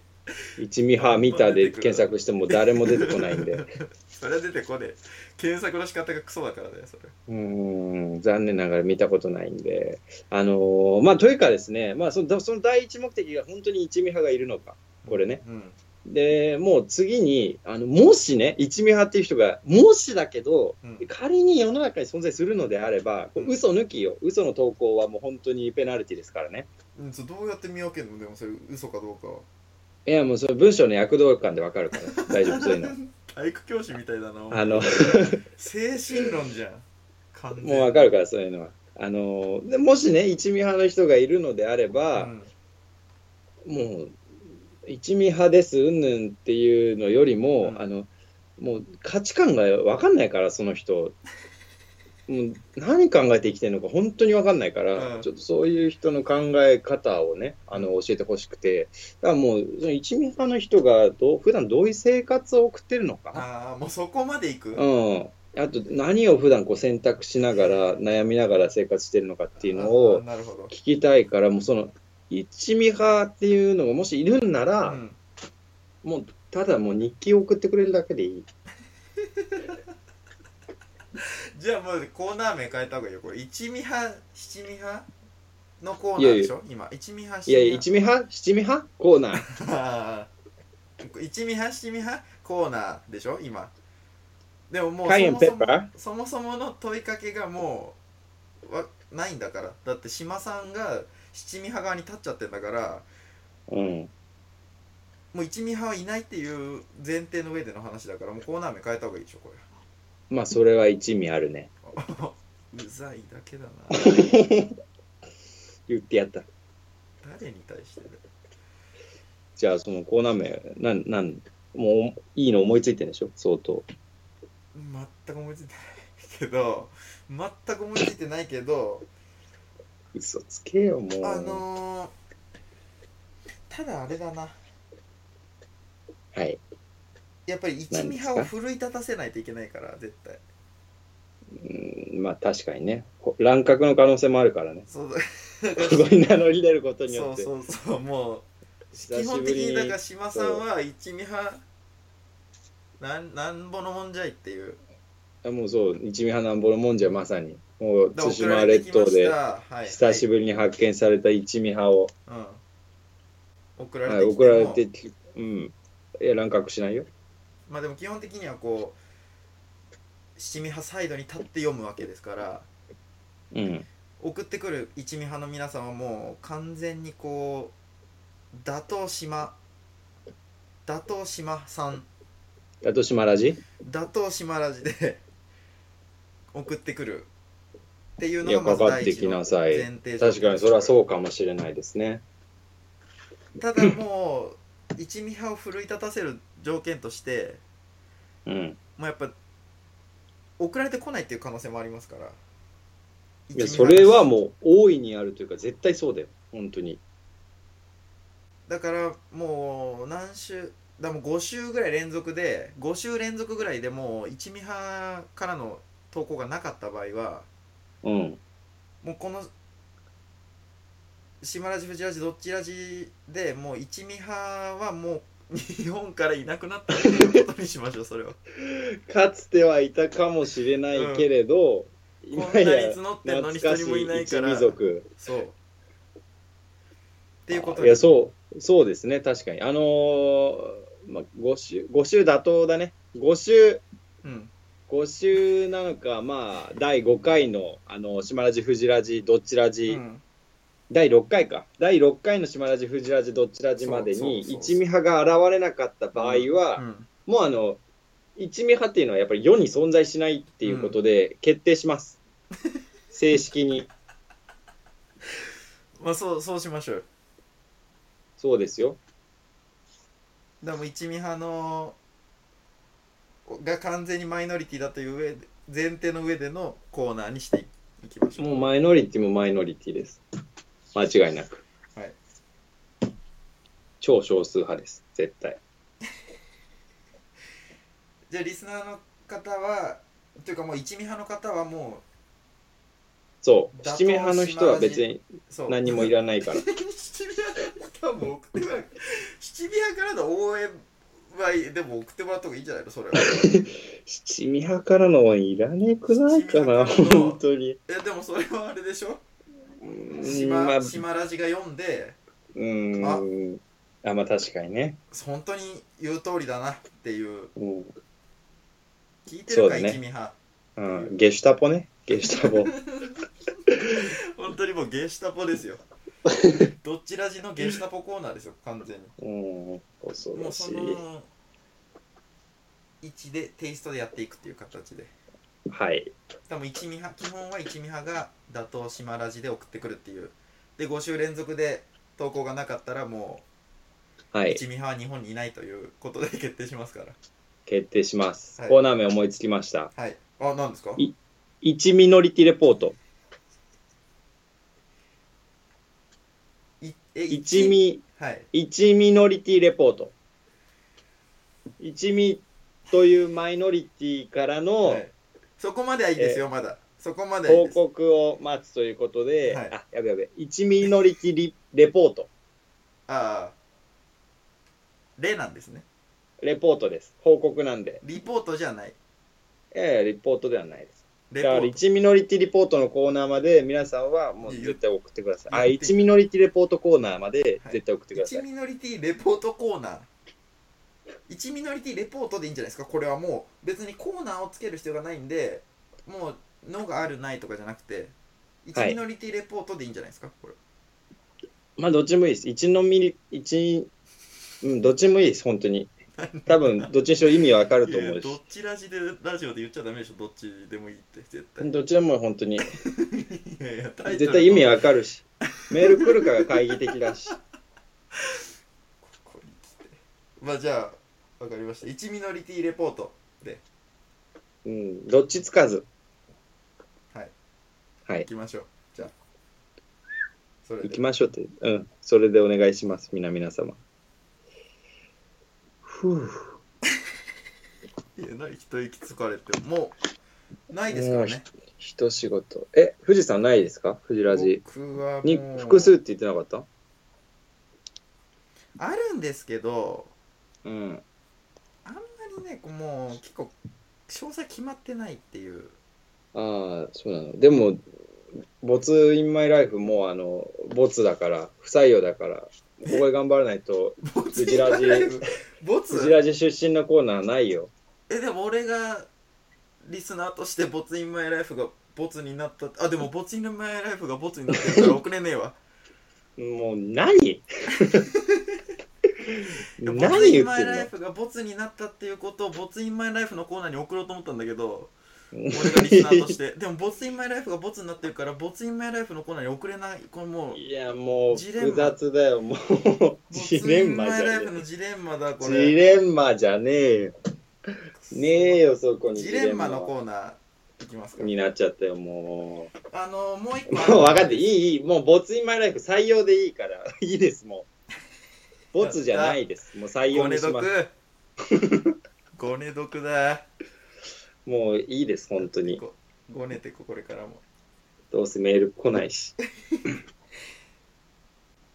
一味派見たで検索しても誰も出てこないんで、
それは出てこねえ検索の仕方がクソだからだよそれ
うーん、残念ながら見たことないんで、あのーまあ、というかですね、まあその、その第一目的が本当に一味派がいるのか。これね、
うん
で、もう次に、あの、もしね、一味派っていう人が、もしだけど、
うん
仮に世の中に存在するのであれば、こう嘘抜きよ。嘘の投稿はもう本当にペナルティですからね。
うん、そうどうやって見分けるのでもそれ嘘かどうかはい
や、もうそれ文章の躍動感でわかるから、大丈夫、そういうの。
体育教師みたいだなお前
あの、
精神論じゃん完全に
もうわかるから、そういうのは。あの、でもしね、一味派の人がいるのであれば、
うん
もう、一味派です、うんぬんっていうのよりも、
うん
あの、もう価値観がわかんないから、その人。もう何考えて生きてるのか本当にわかんないから、
うん
ちょっとそういう人の考え方をね、あの、教えてほしくて、だからもう、その一味派の人がどう、普段どういう生活を送ってるのか。
ああもうそこまでい
う
く、
ん、あと何を普段こう選択しながら悩みながら生活してるのかっていうの
あ
を
ーなるほど、
聞きたいからもうその一味派っていうのがもしいるんなら、
うん、
もうただもう日記を送ってくれるだけでいい
じゃあもうコーナー名変えた方がいいよこれ一味派七味派のコーナーでしょ今一味派
い
七
や
味
いや一味派七味派コーナー
あー 一味派七味派コーナーでしょ今でももう
カイエンペッ
そも
パー
そもそもの問いかけがもうわないんだからだって島さんが七味派側に立っちゃってんだから
うん
もう一味派はいないっていう前提の上での話だからもうコーナー名変えた方がいいでしょこ
まあそれは一味あるね
れ うざいだけだな
言ってやった
誰に対してだよ
じゃあそのコーナー名なんなんもういいの思いついてんでしょ相当
全く思いついてないけど全く思いついてないけど
嘘つけよもう
あのー、ただあれだな
はい
やっぱり一味派を奮い立たせないといけないから絶対
うんまあ確かにねこ乱獲の可能性もあるからね
そ う
ここに名乗り出ることに
そ
よっ
う
て
そうそうもう
久
基
し
本
ぶ
的
り
に
に
だから島さんは一味派なんなんぼのもんじゃいっていう
あもうそう一味派なんぼのもんじゃまさにもう
だから
対
送
馬
られ
列
てきま
島
し
で
たはい
久し
ぶ
ぶりに発見された一味派を、
り、はいうん、送ら
はい
れて
送
きて
ら
も
れてきうんいや乱獲しないよ
まあでも基本的にはこう七味派サイドに立って読むわけですから
うん
送ってくる一味派の皆さんはもう完全にこう打倒島打倒島さん
だと島ラジ
打倒島ラジで送ってくるっていうの
いや
がまず
かかっ
第
て
一
き
の
な
前
さい
提条件
確かにそれはそうかもしれないですね
ただもう一味派を奮い立たせる条件として
うん
もうやっぱ送られてこないっていう可能性もありますから
いやそれは
う
もう大いにあるというか絶対そうだよ本当に
だからもう何週だからもう5週ぐらい連続で5週連続ぐらいでもう一味派からの投稿がなかった場合は
うん
もうこの島ラジ藤ラジどっちラジでもう一味派はもう日本からいなくなったっていうことにしましょうそれは
かつてはいたかもしれないけれど、
こ
今
んなに
や
募ってんの
懐
に一
かし
人もいないい
一
から
味族
そうっていうこと
いやそうそうですね確かにあのーまあ、5週5週妥当だね5週
うん
5週なのかまあ第5回のあの島ラジフジラジどっちラジ、
うん
第6回か第6回の島ラジフジラジどっちラジまでに
そうそうそう
一味派が現れなかった場合は、
うん
もうあの一味派っていうのはやっぱり世に存在しないっていうことで決定します、正式に
まあそうそうしましょう
そうですよ
でもう一味派のが完全にマイノリティだという上で前提の上でのコーナーにしていきましょう
もうマイノリティもマイノリティです間違いなく
はい
超少数派です絶対
じゃあリスナーの方はというかもう一味派の方はも
そう
打倒
七味派の人は別に
うそう
何 もいらないから
七味派の方も送ってもらう七味派からの応援はでも送ってもらった方がいいんじゃないのそれは
七味派からの応援いらねくないかな
七味派からの
本当に
えでもそれはあれでしょ
うんまあ
島島ラジが読んで
うんあまあ確かにね、
本当に言う通りだなっていう
うん
聞い
そ
てるか、
うだね
一味派
うん、ゲシュタポねゲシュ タポ
本当にもうゲシュタ ポですよどっちラジのゲシュタポコーナーですよ完全に
うん恐
も
ろ
うそ
しい
の位置でテイストでやっていくっていう形で
はい
多分一味派基本は一味派が打倒島ラジで送ってくるっていうで5週連続で投稿がなかったらも
は
う
い
一味派は日本にいないということで決定しますから
決定します、
はい
コーナー名思いつきました
はいあ何ですか
い一ミノリティレポート
いえ
一味
はい
一ミノリティレポート一味というマイノリティからの
はいそこまではいいですよ、まだそこまではいい
報
です
告を待つということで、
はい
あやべやべ一ミノリティリレポート
ああ例なんですね
レポートです報告なんで
リポートじゃない
いやいやリポートではないです
レポ
だから
ート
1ミノリティリポートのコーナーまで皆さんはもう絶対送ってください。あ、
言って
1ミノリティレポートコーナーまで絶対送ってくださ
一
い。
ミノリティレポートコーナー一ミノリティレポートでいいんじゃないですかこれはもう別にコーナーをつける必要がないんでもうのがあるないとかじゃなくて一
はい
ミノリティレポートでいいんじゃないですかこれ
まあどっちもいいです。1のミリ、1、うん、どっちもいいです、本当に。多分どっちにしろ意味はわかると思う
どっ
し、
ちラジでラジオで言っちゃダメでしょどっちでもいいって絶対
どっちでも本当に、
いやいやタイトル
絶対意味わかるし、メール来るかが懐疑的だ し、
ここに来てまあじゃあわかりました一ミノリティレポートで
うん、どっちつかず。
はい。
はい
い。きましょうじゃあそれ
行
で
きましょうって、うん、それでお願いします、皆皆様。ふう
いやない一息つかれてもうないですから
もう
ね
ひと仕事。え、富士山ないですか富士ラジ。
僕はもう
に複数って言ってなかった
あるんですけど
うん。
あんまりねこうもう結構詳細決まってないっていう
ああ、そうなの。でも、没インマイライフもうあの、没だから、不採用だから、ここで頑張らないと、
ボ ツ
ジラジ
ボ
富士
ツ
ラジ出身のコーナーないよ。
えでも俺がリスナーとしてボツインマイライフがボツになったあでもボツインマイライフがボツになってるから送れねえ わ
もう 何、
いやボツ
何
イ
言
ン
っ
マ
て
イ
ん
ライ
の
フがボツになったっていうことをボツインマイライフのコーナーに送ろうと思ったんだけど俺がリスナーとしてでもボツインマイライフがボツになってるからボツインマイライフのコーナーに送れないこれもう
いや、もう
ジレンマ
複雑だよ。もう、ジレンマじ
ボツインマイラ
ゃ
イフ
ね
のジレンマだ
え。
こ
ジ
れ
レンマじゃねえよ。ねえよ、そこに
ジレンマ
は
のコーナーいきますか
になっちゃったよ、もう。
あのもう一個 ある
もう分かって、いい、いい、もう、ボツインマイライフ採用でいいから、 いいです、もう。ボツじゃないです。もう採
ご
用
ね
にします。
毒 ごね毒だ
もういいです、本当に。
ごごねてここれからも
どうせメール来ないし。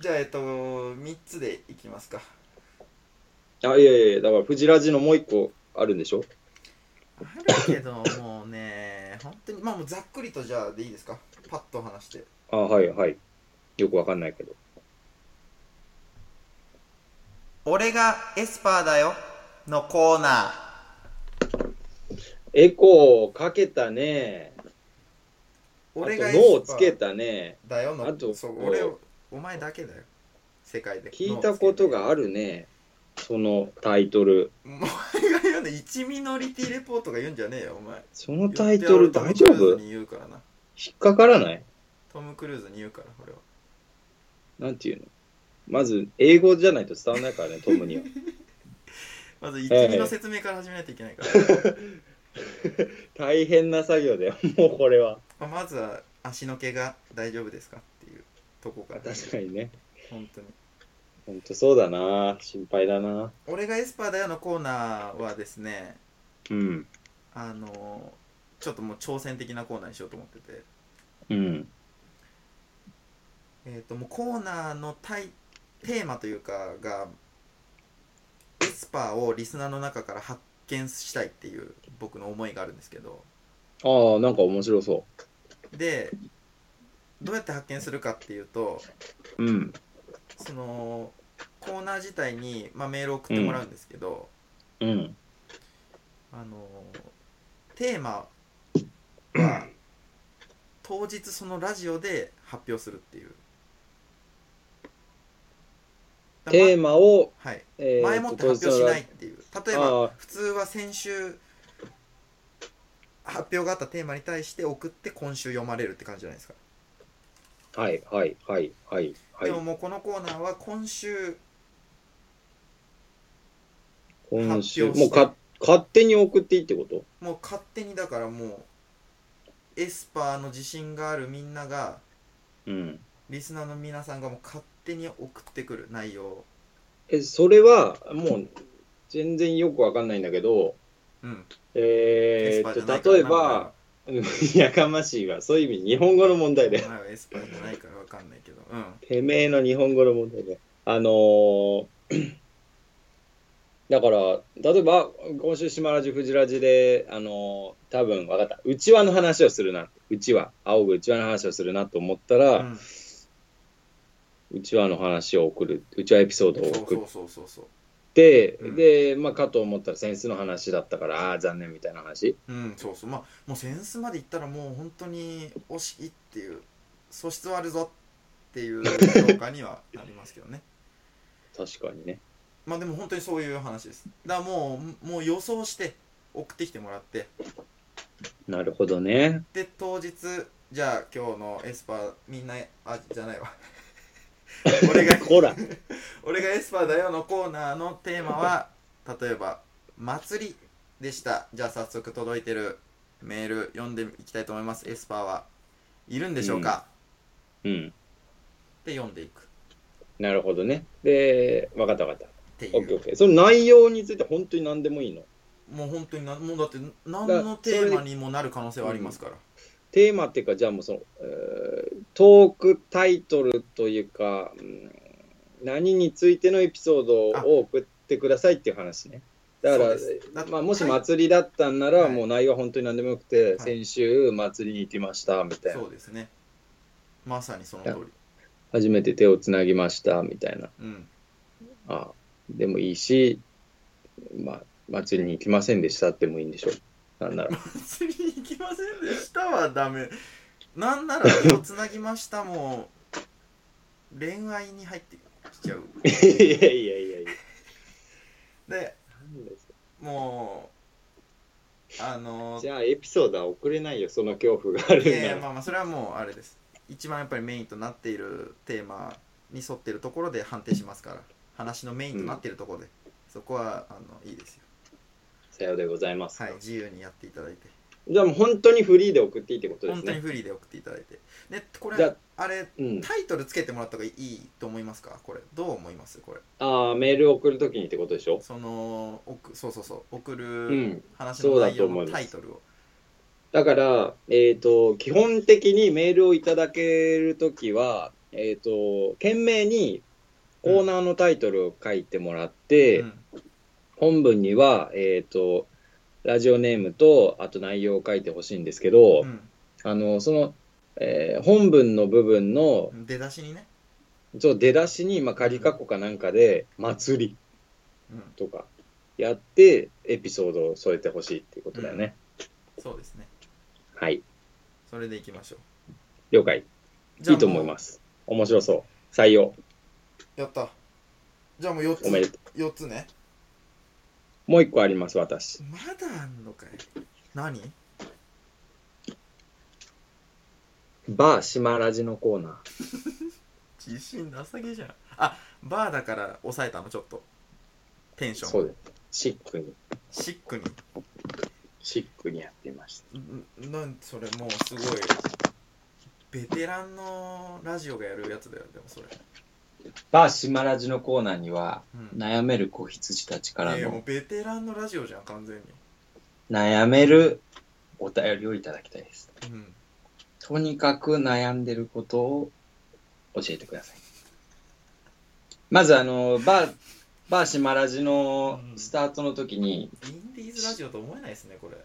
じゃあえっと3つでいきますか
あ、いやいやいや、だから、フジラジのもう一個あるんでしょ
あるけどもうね本当にまあもうざっくりとじゃあでいいですかパッと話して
あはいはいよくわかんないけど
俺がエスパーだよのコーナ
エコーかけたね
ー
あと
俺がエ
脳を
スパ
つけ
ー
たね
だよの
あと
そう俺をお前だけだよ世界で
聞いたことがあるねそのタイトル
お前が言うの一ミノリティレポートが言うんじゃねえよお前
そのタイトル大丈
トム・クルー
夫
ズに言うからな
引っかからない
トム・クルーズに言うから俺は
なんていうのまず英語じゃないと伝わらない からねトムには
まず一ミの説明から始めないといけないから、
大変な作業だよもうこれは
まあまずは足の毛が大丈夫ですかっていうとこから
確かにね
本当に
ほんとそうだな心配だな
俺がエスパーだよのコーナーはですね
うん
あのちょっともう挑戦的なコーナーにしようと思ってて
うん
えっ、ともうコーナーのタイテーマというかがエスパーをリスナーの中から発見したいっていう僕の思いがあるんですけど
ああなんか面白そ
でどうやって発見するかっていうと
ううん
そのコーナー自体に、まあ、メールを送ってもらうんですけど、
うん
あのテーマは当日そのラジオで発表するっていう。
テーマを、
はい、
えー
前もって発表しないっていう例え
あ
ば
ー
普通は先週発表があったテーマに対して送って今週読まれるって感じじゃないですか、
はいはいはいはいは
でも
い
もうこのコーナーは今週
今週
発表
もう
して
か勝手に送っていいってこと
もう勝手にだからもうエスパーの自信があるみんなが
うん
リスナーの皆さんがもう勝手に送ってくる内容を
えそれはもう全然よくわかんないんだけど
うん
えー、
エスパーじゃな
っ
いか
と
ら
例えば うんやかましいわそういう意味日本語の問題
お
で
前はエスパーじゃないからわかんないけどうん
てめえの日本語の問題であのー だから例えば今週島ラジフジラジであのー多分分かったうちわの話をするなうちわ青ぐうちわの話をするなと思ったら、
うん
うちわの話を送るうちわエピソードを
そう
送っ
そうそうそうそう
て
そうそううん
で、まあ、かと思ったらセンスの話だったからああー残念みたいな話
うんそうそうまあもうセンスまでいったらもう本当に惜しいっていう素質はあるぞっていう評価にはなりますけどね
確かにね
まあでも本当にそういう話ですだからもうもう予想して送ってきてもらって
なるほどね
で当日じゃあ今日のエスパーみんなあじゃな いわ俺が
ほら
俺がエスパーだよのコーナーのテーマは例えば「祭り」でしたじゃあ早速届いてるメール読んでいきたいと思いますエスパーはいるんでしょうか、
うん
で読んでいくっ
なるほどねで分かった分かった
てい
オッケーオ
う
ッケーその内容について本当に何でもいいの
もう本当になもうだって何のテーマにもなる可能性はありますから
テーマっていうかじゃあもうその、えートークタイトルというか、うん何についてのエピソードを送ってくださいっていう話ねだから
そうですだって
まあ、もし
はい
祭りだったんなら、
はい
もう内容は本当に何でもよくて、
い
先週祭りに行きましたみたいな
そうですねまさにその通り
初めて手をつなぎましたみたいな
うん
あでもいいし、まあ、祭りに行きませんでしたってもいいんでしょなんな ら
祭りに行きませんでしたはダメなんなら手をつなぎましたも恋愛に入ってきちゃう
いやいやいやいやいや
で
なんですか
もうあの
じゃあエピソードは送れないよその恐怖があるん
いやい
な
や
ら
まあまあそれはもうあれです一番やっぱりメインとなっているテーマに沿っているところで判定しますから話のメインとなっているところで、そこはあのいいですよ
さようでございます、
はい自由にやっていただいて
じゃあもう本当にフリーで送っていいってことで
本
す
当に
ね
フリーで送っていただいてでこれ
じゃ
あれ
うん、
タイトルつけてもらった方がいいと思いますかこれどう思いますこれ
ああメールを送るときにってことでしょ
そのおくそうそうそう送
う
る
ん
話の
そうだ
内
と
容
思い
の
ます
タイトルを、
だから、えー、と基本的にメールをいただけるときは、えー、と懸命にコーナーのタイトルを書いてもらって、
うん
本文には、えー、と
ラジオネームと、あと内容を書いてほしいんですけど、
うん
あの、その、えー本文の部分の、
出だしにね、
ちょっと出だしに、まあ、仮括弧かなんかで、祭り
うん、
とかやって、エピソードを添えてほしいっていうことだよね。
そうですね
はい。
それでいきましょう
了解。いいと思いますす。面白そう。採用。
やったじゃあもう4
おめで
つ四つね
もう一個あります、私。
まだあんのかい何
バー島ラジのコーナー。
自信なさげじゃんあバーだから抑えたのちょっとテンシ
そ
ョ
う
ン
です。シックに、
シックに
シックにやってみました。
んなんそれもうすごいベテランのラジオがやるやつだよでもそれ、
バー島ラジのコーナーには
うん、
悩める子羊たちから
いやもう
の
ベテランのラジオじゃん完全に
悩めるお便りをいただきたいです。
うん
とにかく悩んでることを教えてください。まずあの、バー、バー島ラジのスタートの時に、
インディーズラジオと思えないですねこれ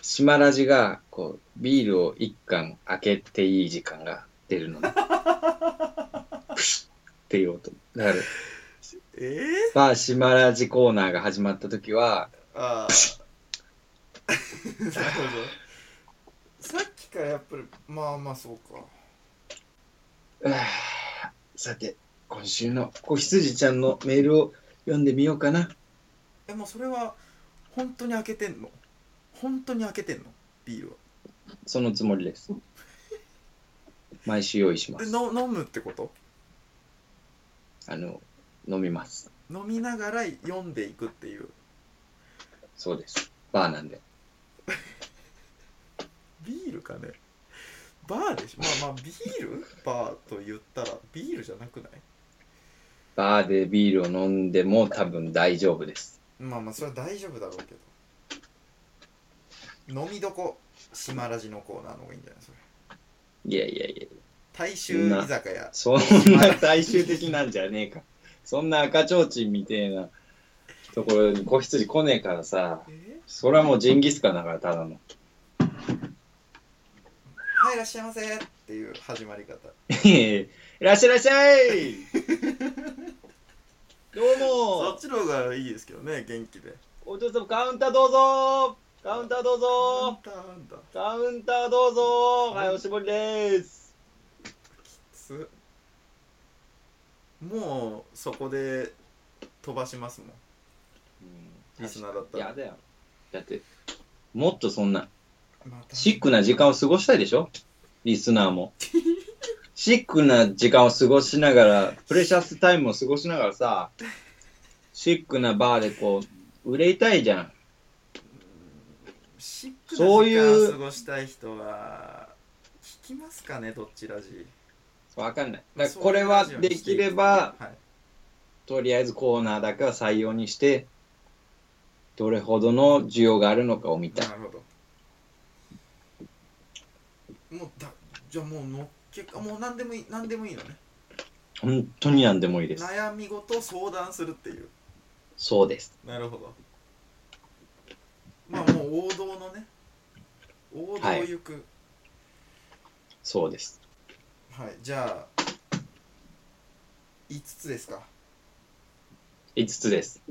島ラジがこう、ビールを一缶開けていい時間が出るのね。プシュッっていう音。だから、
え
バー島ラジコーナーが始まった時は、
えあ あなるほどさっきからやっぱりまあまあそうか
うわぁさて、今週の子羊ちゃんのメールを読んでみようかな。
えもうそれは本当に開けてんの本当に開けてんのビールは
そのつもりです。毎週用意しま
え
す。
の飲むってこと
あの、飲みます。
飲みながら読んでいくっていう
そうです。バーなんで。
ビールかねバーでしょまあまあビールバーと言ったらビールじゃなくない
バーでビールを飲んでも多分大丈夫です。
まあまあそれは大丈夫だろうけど飲みどこ島ラジのコーナーの方がいいんじゃないそれ
いやいやいや、
大衆居酒屋
そんな大衆的なんじゃねえか。そんな赤ちょうちんみてえなところに子羊来ねえからさ。
え
それはもうジンギスカンだからただの。
はいいらっしゃいませっていう始まり方
いらっしゃいらっしゃ いどう
そ
も
っちの方がいいですけどね元気で
お嬢様カウンターどうぞカウンターどう
あ
ぞ
んたあんた
カウンターどうぞはい、おしぼりです。
すもうそこで飛ばしますもんリスナーだったら
やだよ。だって、もっとそんな、
また
シックな時間を過ごしたいでしょリスナーも。シックな時間を過ごしながら、プレシャスタイムを過ごしながらさ、シックなバーでこう、憂いたいじゃん。
シックな
そう
時
いう
間を過ごしたい人は聞きますかねどっちラジ
わかんない。だからこれはできれば、
はい、
とりあえずコーナーだけは採用にして、どれほどの需要があるのかを見たい
な。るほどもうだじゃあもうのっけかもう何でもいい何でもいいのね
本当に何でもいいです。
悩み事を相談するっていう
そうです。
なるほどまあもう王道のね王道行く
そうです。
はい、じゃあ5つですか
5つです。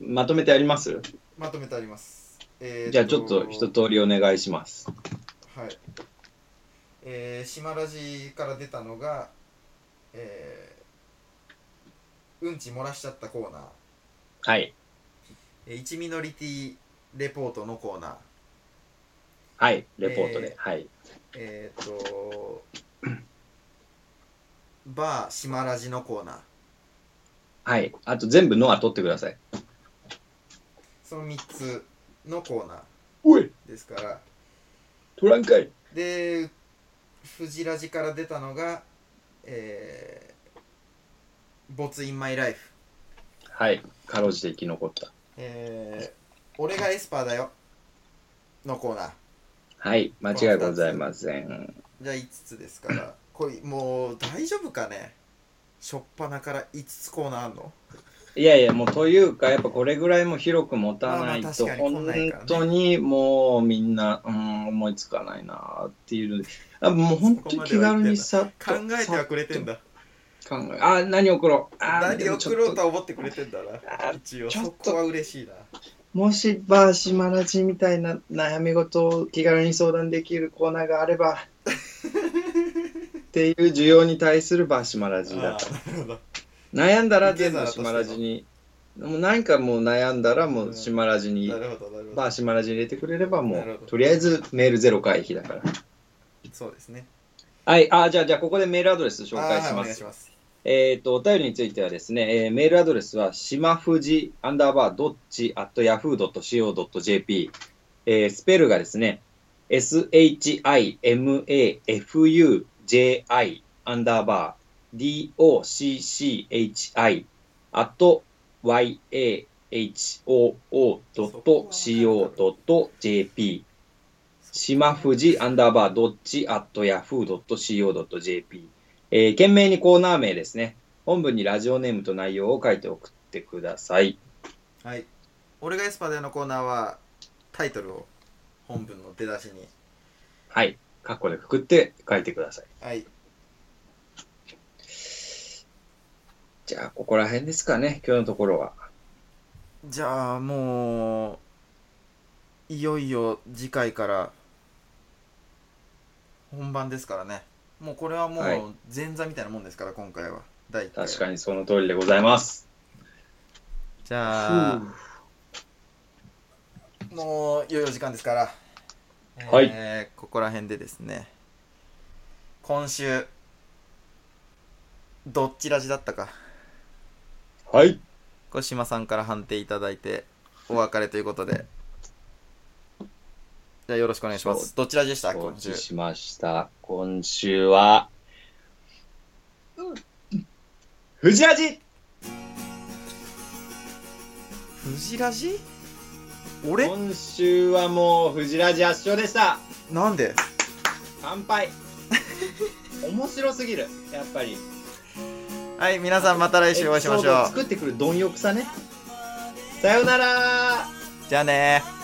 まとめてあります
まとめてあります、えー
じゃあちょっと一通りお願いします。
はい。えー、島ラジから出たのが、えー、うんち漏らしちゃったコーナー、
はい。
えー、1ミノリティレポートのコーナー、
はい。レポートで。
え
はい。
えー、っと、バー島ラジのコーナー、
はい。あと全部ノア取ってください。
その3つのコーナ
おい
ーですから、
取らんかい
で、フジラジから出たのが、えー、ボツインマイライフ、
はい。かろうじて生き残った。
えー、俺がエスパーだよのコーナー
はい。間違いございません。
じゃあ5つですからこれもう大丈夫かねしょっぱなから5つコーナーあんの
いやいや、もうというか、やっぱこれぐらいも広く持たない
まあまあ確
と、
かにこん
本
なんやからね
当にもうみんな、うん、思いつかないなっていう。あもう本当に気軽にさっと。
考えてはくれてんだ
さっと考えあ、何送ろう。あ
何を送ろう
と。
とは思ってくれてんだな
あー
一応
ちょっ
そ
と
こは嬉しいな
もし、バーシマラジみたいな悩み事を気軽に相談できるコーナーがあれ ば、っていう需要に対するバーシマラジだ
あ
った。
ーなるほど
悩んだら全部シマラジに、もう何かもう悩んだらもうシマラジに
なるほどなるほ
バー
ど
シマラジ入れてくれればも
なるほ
う
ど
とりあえずメールゼロ回避だから
そうですね
はいあじゃあじゃあここでメールアドレス紹
あ
介
ー
し
お
ま
願い
す
します
えっ、とお便りについてはですね、えーメールアドレスはしまふじアンダーバーどっちアットヤフー .co.jp、えースペルがですね SHIMAFUJI アンダーバー DOCCHI アット YAHOO.co.jp しまふじアンダーバーどっちアットヤフー .co.jp、えー、懸命にコーナー名ですね。本文にラジオネームと内容を書いて送ってください。
はい「俺がエスパーで」のコーナーはタイトルを本文の出だしに
はい。カッコでくくって書いてください。
はい
じゃあ、ここら辺ですかね、今日のところは。
じゃあもういよいよ次回から本番ですからねもうこれはもう
はい
前座みたいなもんですから今回は第1回は
確かにその通りでございます。
じゃあもういよいよ時間ですから、
はい
えーここら辺でですね今週どっちラジだったか
はい。
小島さんから判定いただいてお別れということでじゃあよろしくお願いしま
そ
すどっちラジでした
承
今週
知しました。今週は、藤ラジ
藤ラジ俺
今週はもう藤ラジ圧勝でした。
なんで
乾杯 面白すぎるやっぱり
はい皆さんまた来週お会いしまし
エピソー
ょ
ドを作ってくる貪欲さねさようなら
うじゃあねー